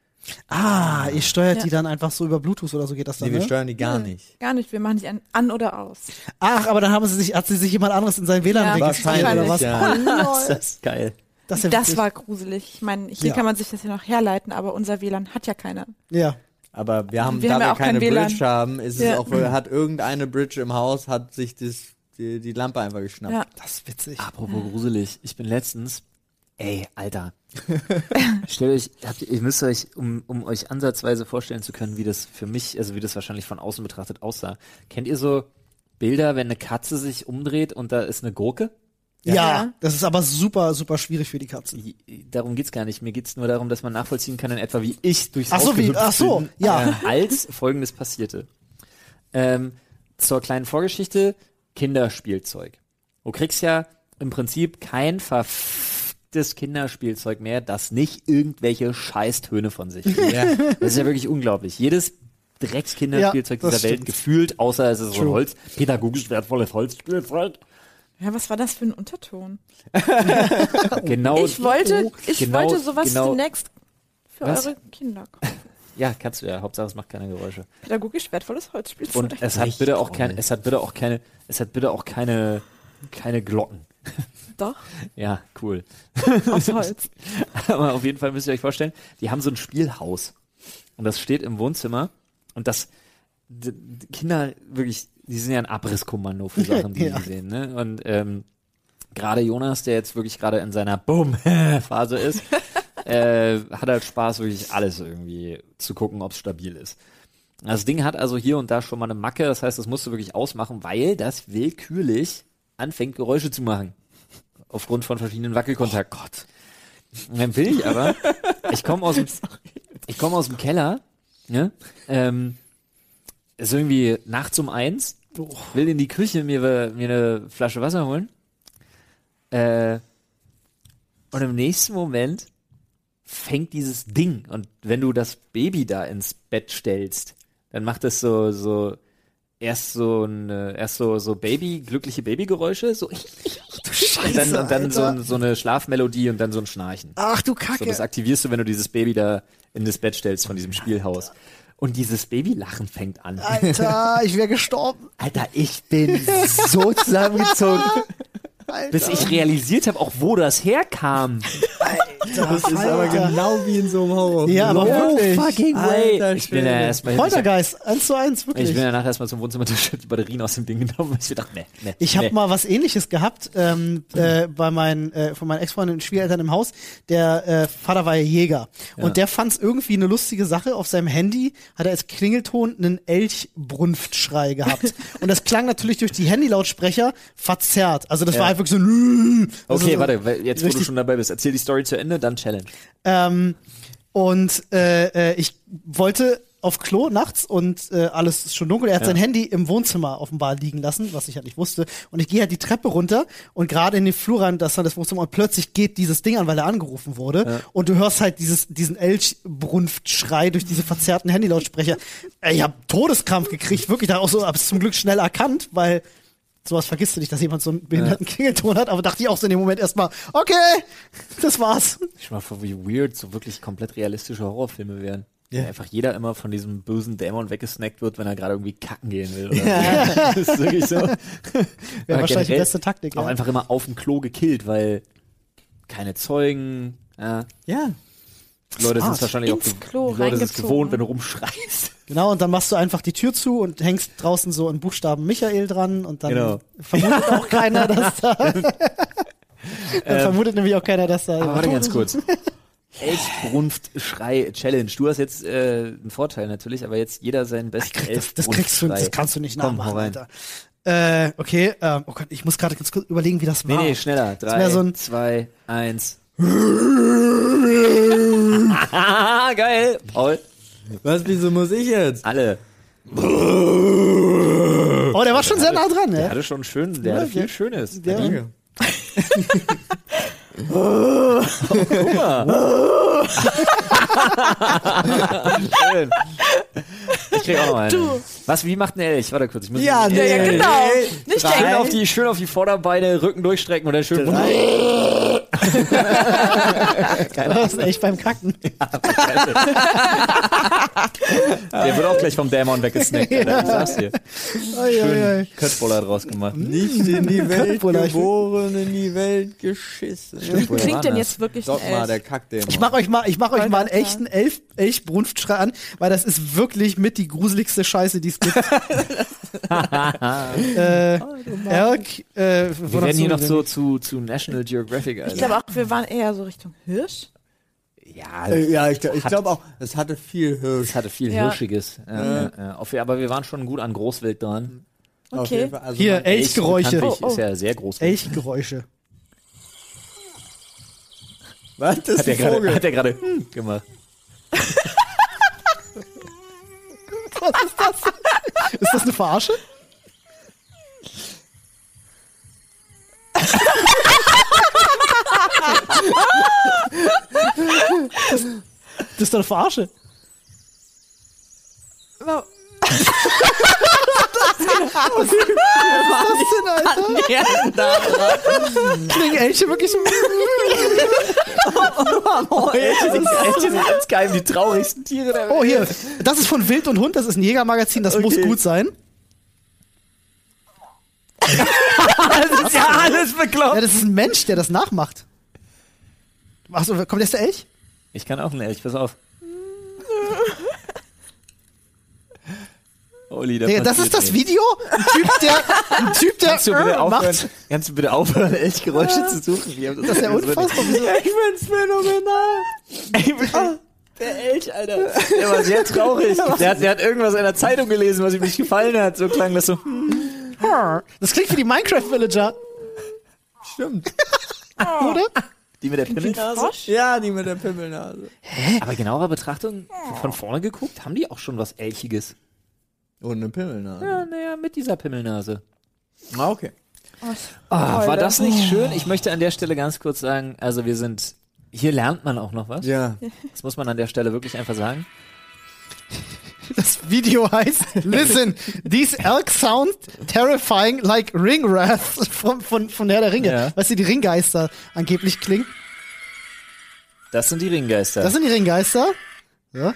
ah, ihr steuert Ja. die dann einfach so über Bluetooth oder so geht das dann, Nee, wir ne? steuern die gar nicht. Gar nicht. Wir machen dich an, an oder aus. Ach, aber dann haben sie sich, hat sie sich jemand anderes in sein WLAN Ja, registriert oder wahrscheinlich, was? Oh, ja. lol. Das ist geil. das, ist ja Das witzig. war gruselig. Ich meine, hier Ja. kann man sich das ja noch herleiten, aber unser WLAN hat ja keiner. Ja. Aber wir haben, Wir da haben wir ja auch keine kein WLAN. Bridge haben, ist es Ja. auch, hat irgendeine Bridge im Haus, hat sich das, die, die Lampe einfach geschnappt. Ja. Das ist witzig. Apropos gruselig, ich bin letztens, ey, Alter. Stellt euch, habt, ihr ihr müsst euch, um, um euch ansatzweise vorstellen zu können, wie das für mich, also wie das wahrscheinlich von außen betrachtet aussah. Kennt ihr so Bilder, wenn eine Katze sich umdreht und da ist eine Gurke? Ja. Ja. das ist aber super, super schwierig für die Katzen. I- i- Darum geht's gar nicht. Mir geht's nur darum, dass man nachvollziehen kann, in etwa wie ich durchs Ach Haus so, wie, gehüpft ach so, bin, ähm, ja. als folgendes passierte. Ähm, zur kleinen Vorgeschichte, Kinderspielzeug. Du kriegst ja im Prinzip kein verficktes Kinderspielzeug mehr, das nicht irgendwelche Scheißtöne von sich gibt. Das ist ja wirklich unglaublich. Jedes Dreckskinderspielzeug Ja, das dieser Welt stimmt. gefühlt, außer es ist so ein True. Holz, pädagogisch wertvolles Holzspielzeug. Ja, was war das für ein Unterton? Genau, ich wollte, ich genau- wollte sowas genau- demnächst für Was? eure Kinder kaufen. ja, kannst du ja. Hauptsache es macht keine Geräusche. Pädagogisch wertvolles Holzspielzeug. Und es hat bitte auch kein, es hat bitte auch keine, es hat bitte auch keine, keine Glocken. Doch, Ja, cool. aus Holz. Aber auf jeden Fall müsst ihr euch vorstellen, die haben so ein Spielhaus. Und das steht im Wohnzimmer. Und das, d- d- Kinder wirklich, die sind ja ein Abrisskommando für Sachen, die Ja. sie sehen, ne? Und, ähm, gerade Jonas, der jetzt wirklich gerade in seiner Boom-Phase ist, äh, hat halt Spaß, wirklich alles irgendwie zu gucken, ob es stabil ist. Das Ding hat also hier und da schon mal eine Macke, das heißt, das musst du wirklich ausmachen, weil das willkürlich anfängt, Geräusche zu machen. Aufgrund von verschiedenen Wackelkontakten. Oh Gott. Und dann will ich aber, ich komme aus dem, ich komme aus dem Keller, ne, ähm, ist irgendwie nachts um eins, will in die Küche mir, mir eine Flasche Wasser holen, äh, und im nächsten Moment fängt dieses Ding. Und wenn du das Baby da ins Bett stellst, dann macht es so, so, erst so eine, erst so, so Baby, glückliche Babygeräusche, so, und dann, und dann so, ein- so eine Schlafmelodie und dann so ein Schnarchen. Ach du So, Kacke. das aktivierst du, wenn du dieses Baby da in das Bett stellst von diesem Spielhaus. Und dieses Babylachen fängt an. Alter, ich wäre gestorben. Alter, ich bin so zusammengezogen, Alter. bis ich realisiert habe, auch wo das herkam. Das ist aber Alter. genau wie in so einem Horror. Ja, aber oh, wirklich. fucking way. Alter, Ich bin ja Schwede. erstmal. Poltergeist, eins zu eins, wirklich. Ich bin danach erstmal zum Wohnzimmer der Stadt die Batterien aus dem Ding genommen, weil ich mir dachte, nee, nee. Ich habe nee. mal was ähnliches gehabt ähm, äh, bei meinen, äh, von meinen Ex-Freunden und Schwiegereltern im Haus. Der äh, Vater war ja Jäger. Und der fand es irgendwie eine lustige Sache. Auf seinem Handy hat er als Klingelton einen Elchbrunftschrei gehabt. und das klang natürlich durch die Handylautsprecher verzerrt. Also das war halt wirklich so ein Also Okay, so, warte, weil jetzt wo du richtig- schon dabei bist, erzähl die Story zu Ende, dann Challenge. Ähm, und äh, äh, ich wollte auf Klo nachts und äh, alles ist schon dunkel. Er hat sein Handy im Wohnzimmer offenbar liegen lassen, was ich halt nicht wusste. Und ich gehe halt die Treppe runter und gerade in den Flur rein, das war das Wohnzimmer und plötzlich geht dieses Ding an, weil er angerufen wurde. Und du hörst halt dieses, diesen Elchbrunftschrei durch diese verzerrten Handylautsprecher. Äh, Ich habe Todeskrampf gekriegt, wirklich. Da auch so, hab's zum Glück schnell erkannt, weil sowas vergisst du nicht, dass jemand so einen behinderten Klingelton hat. Aber dachte ich auch so in dem Moment erstmal, okay, das war's. Ich mal vor, wie weird so wirklich komplett realistische Horrorfilme wären. Ja. Einfach jeder immer von diesem bösen Dämon weggesnackt wird, wenn er gerade irgendwie kacken gehen will. Oder so. Das ist wirklich so. Wäre Wäre wahrscheinlich die beste Taktik. Auch ja. einfach immer auf dem Klo gekillt, weil keine Zeugen. Ja. Ja. Die Leute sind es Smart. wahrscheinlich auch Ins gew- Klo die Leute sind es reingezogen. gewohnt, wenn du rumschreist. Genau, und dann machst du einfach die Tür zu und hängst draußen so in Buchstaben Michael dran und dann Genau. Ähm, vermutet auch keiner, dass da. dann vermutet nämlich auch keiner, dass da. Aber warte ganz kurz. Elchbrunft Schrei Challenge. Du hast jetzt äh, einen Vorteil natürlich, aber jetzt jeder seinen besten Krieg das, das kriegst du, das kannst du nicht Komm, nachmachen, hau rein. Alter. Äh, okay, ähm, oh Gott, ich muss gerade ganz kurz überlegen, wie das Nee, war. nee, schneller. Drei, wär so ein- zwei, eins. Haha, geil. Paul, Was, wieso muss ich jetzt? alle. oh, der war schon sehr nah dran, Der ne? hatte schon schön, der Ja, hatte viel der- Schönes. der- Danke. Guck mal. Schön. Ich krieg auch noch einen. Du. Was, wie macht ein Elch? Warte kurz, ich muss... Ja, Ja, ja, Nee, genau. nee. Nicht Drei. Schön denken. auf, die, schön auf die Vorderbeine, Rücken durchstrecken und dann schön... Das ist echt beim Kacken. Der wird auch gleich vom Dämon weggesnackt, Alter. Ich sag's dir. Oi, oi, oi. Köttboller draus gemacht. Nicht in die Welt Köttbullar, ich- geboren, in die Welt geschissen. Wie klingt denn Dogma, jetzt wirklich ein Dogma, der Elch? kackt den. Ich mach euch mal, ich mach euch mal einen Alter. echten Elf, Elchbrunftschrei an, weil das ist wirklich mit die gruseligste Scheiße, die es gibt. äh, Erk, äh, Wir werden hier noch so zu, zu National Geographic, Alter. Ich glaube auch, wir waren eher so Richtung Hirsch. ja, Äh, Ja, ich, glaub- ich glaube auch, es hatte viel es Hirsch. hatte viel Ja. Hirschiges. Ja, ja, ja. Auf, aber wir waren schon gut an Großwild dran. Auf Okay. jeden Fall. Also Hier, man- Elchgeräusche. Elch Oh, oh. ist ja sehr groß. Elchgeräusche. Was? Das Hat ist er ein Vogel. gerade, hat er gerade hm, gemacht. Ist das eine Verarsche? das, das ist doch eine Verarsche. Wow. Was ist das denn, Alter? Klingen Elche wirklich so. Elche sind, Elche sind ganz geheim, die traurigsten Tiere der Welt. Oh, hier. Das ist von Wild und Hund, das ist ein Jägermagazin, das muss gut sein. das ist ja alles Ja, bekloppt. das ist ein Mensch, der das nachmacht. Achso, kommt jetzt der Elch? Ich kann auch einen Elch, pass auf. Oli, da Digga, das ist Oh, passiert das nichts. Video? Ein Typ, der, ein typ, der Kannst du bitte macht. aufhören, kannst du bitte aufhören Elchgeräusche zu suchen? Wir haben Das ist ja unfassbar. Wieso- Ich find's phänomenal. Der Elch, Alter. Der war sehr traurig. Der hat, der hat irgendwas in der Zeitung gelesen, was ihm nicht gefallen hat. So klang das so. hm. Das klingt wie die Minecraft-Villager, Stimmt. oder? Die mit der Pimmelnase. Frosch? Ja, die mit der Pimmelnase. Aber genauer Betrachtung, von vorne geguckt, haben die auch schon was Elchiges. Und eine Pimmelnase. Ja, naja, mit dieser Pimmelnase. Ah, okay. Ah, war Alter. das nicht schön? Ich möchte an der Stelle ganz kurz sagen, also wir sind, hier lernt man auch noch was. Ja. Das muss man an der Stelle wirklich einfach sagen. Das Video heißt Listen, these elk sound terrifying like ring wrath von, von, von Herr der Ringe. Ja. Weißt du, die Ringgeister angeblich klingen. Das sind die Ringgeister. Das sind die Ringgeister. Ja.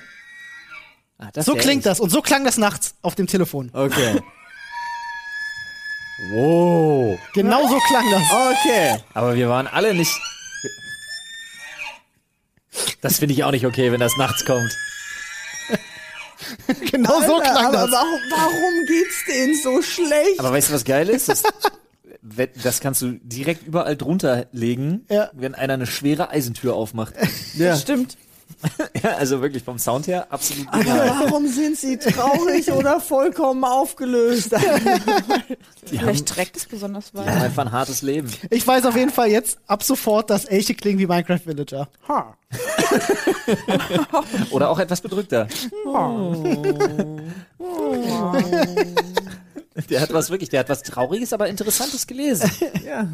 Ah, das So der klingt Elch. das und so klang das nachts auf dem Telefon. Okay. Wow. Genau so klang das. Okay. Aber wir waren alle nicht, Das finde ich auch nicht okay, wenn das nachts kommt. Genau so Alter, klang aber das. Warum, warum geht's denen so schlecht? Aber weißt du, was geil ist? Das, wenn- das kannst du direkt überall drunter legen, Ja. wenn einer eine schwere Eisentür aufmacht. ja. Stimmt. Ja, also wirklich vom Sound her absolut genial. Warum sind sie traurig oder vollkommen aufgelöst? Vielleicht trägt es besonders Die haben weit. einfach ein hartes Leben. Ich weiß auf jeden Fall jetzt ab sofort, dass Elche klingen wie Minecraft Villager. Ha. Oder auch etwas bedrückter. Der hat was wirklich, der hat was Trauriges, aber Interessantes gelesen. Ja.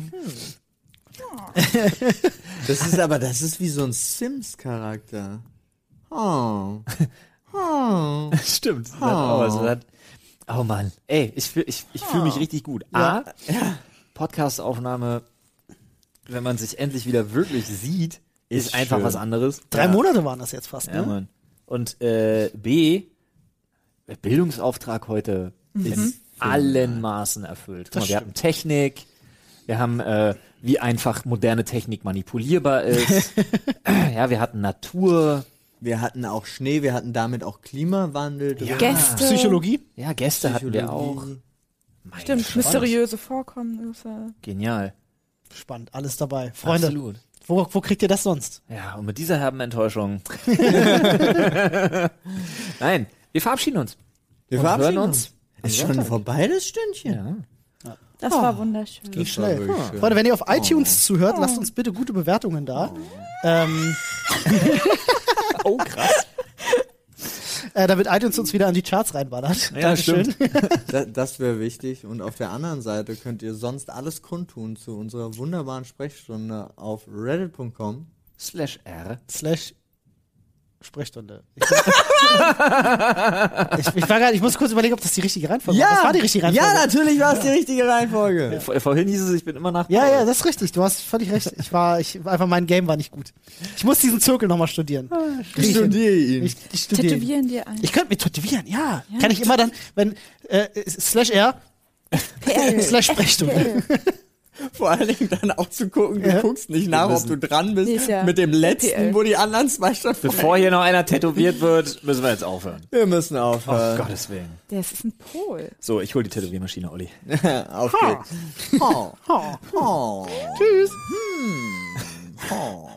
Das ist aber, das ist wie so ein Sims-Charakter. Oh. Oh. Stimmt. Das hat auch was, das hat, oh Mann. Ey, ich fühle ich, ich fühl mich richtig gut. A, Podcast-Aufnahme, wenn man sich endlich wieder wirklich sieht, ist, Ist einfach schön. was anderes. Drei ja. Monate waren das jetzt fast, Ja, ne? Mann. Und äh, B, der Bildungsauftrag heute Mhm. in allen Maßen erfüllt. Guck mal, wir hatten Technik, wir haben, äh, wie einfach moderne Technik manipulierbar ist. ja, wir hatten Natur. Wir hatten auch Schnee, wir hatten damit auch Klimawandel. drin. Gäste. Psychologie? Ja, Gäste hatten wir auch. Psychologie. Meine Stimmt, Scheiße. mysteriöse Vorkommnisse. Genial. Spannend, alles dabei. Freunde, Absolut. wo, wo kriegt ihr das sonst? Ja, und mit dieser herben Enttäuschung. Nein, wir verabschieden uns. Wir Und hören verabschieden uns. uns. Ist schon vorbei, das Stündchen? Ja. Das Oh. war wunderschön. Ging schnell. Freunde, wenn ihr auf iTunes zuhört, lasst uns bitte gute Bewertungen da. Ähm, Oh, krass. äh, damit iTunes uns wieder an die Charts reinballert. Dankeschön. Da, das wäre wichtig. Und auf der anderen Seite könnt ihr sonst alles kundtun zu unserer wunderbaren Sprechstunde auf reddit.com. Slash R. Slash Sprechstunde. Ich, ich, ich, war grad, ich muss kurz überlegen, ob das die richtige Reihenfolge war. Das war die richtige Reihenfolge. Ja, natürlich war es die richtige Reihenfolge. Vor, vorhin hieß es, ich bin immer nach. ja, ja, das ist richtig. Du hast völlig recht. Ich war, ich, einfach mein Game war nicht gut. Ich muss diesen Zirkel nochmal studieren. Ich studiere ihn. Ich, ich studiere. ihn. Tätowieren dir ein. Ich könnte mich tätowieren, ja. Kann ich immer dann, wenn, äh, slash R, slash Sprechstunde. Vor allen Dingen dann auch zu gucken, du Ja. guckst nicht nach, ob du dran bist Nee, ist ja mit dem letzten, PL. wo die anderen zwei Stunden. Bevor hier noch einer tätowiert wird, müssen wir jetzt aufhören. Wir müssen Um aufhören. Gottes Willen. Das ist ein Pol. So, ich hol die Tätowiermaschine, Olli. Auf geht's. Oh. Oh. Tschüss. Hm. Oh.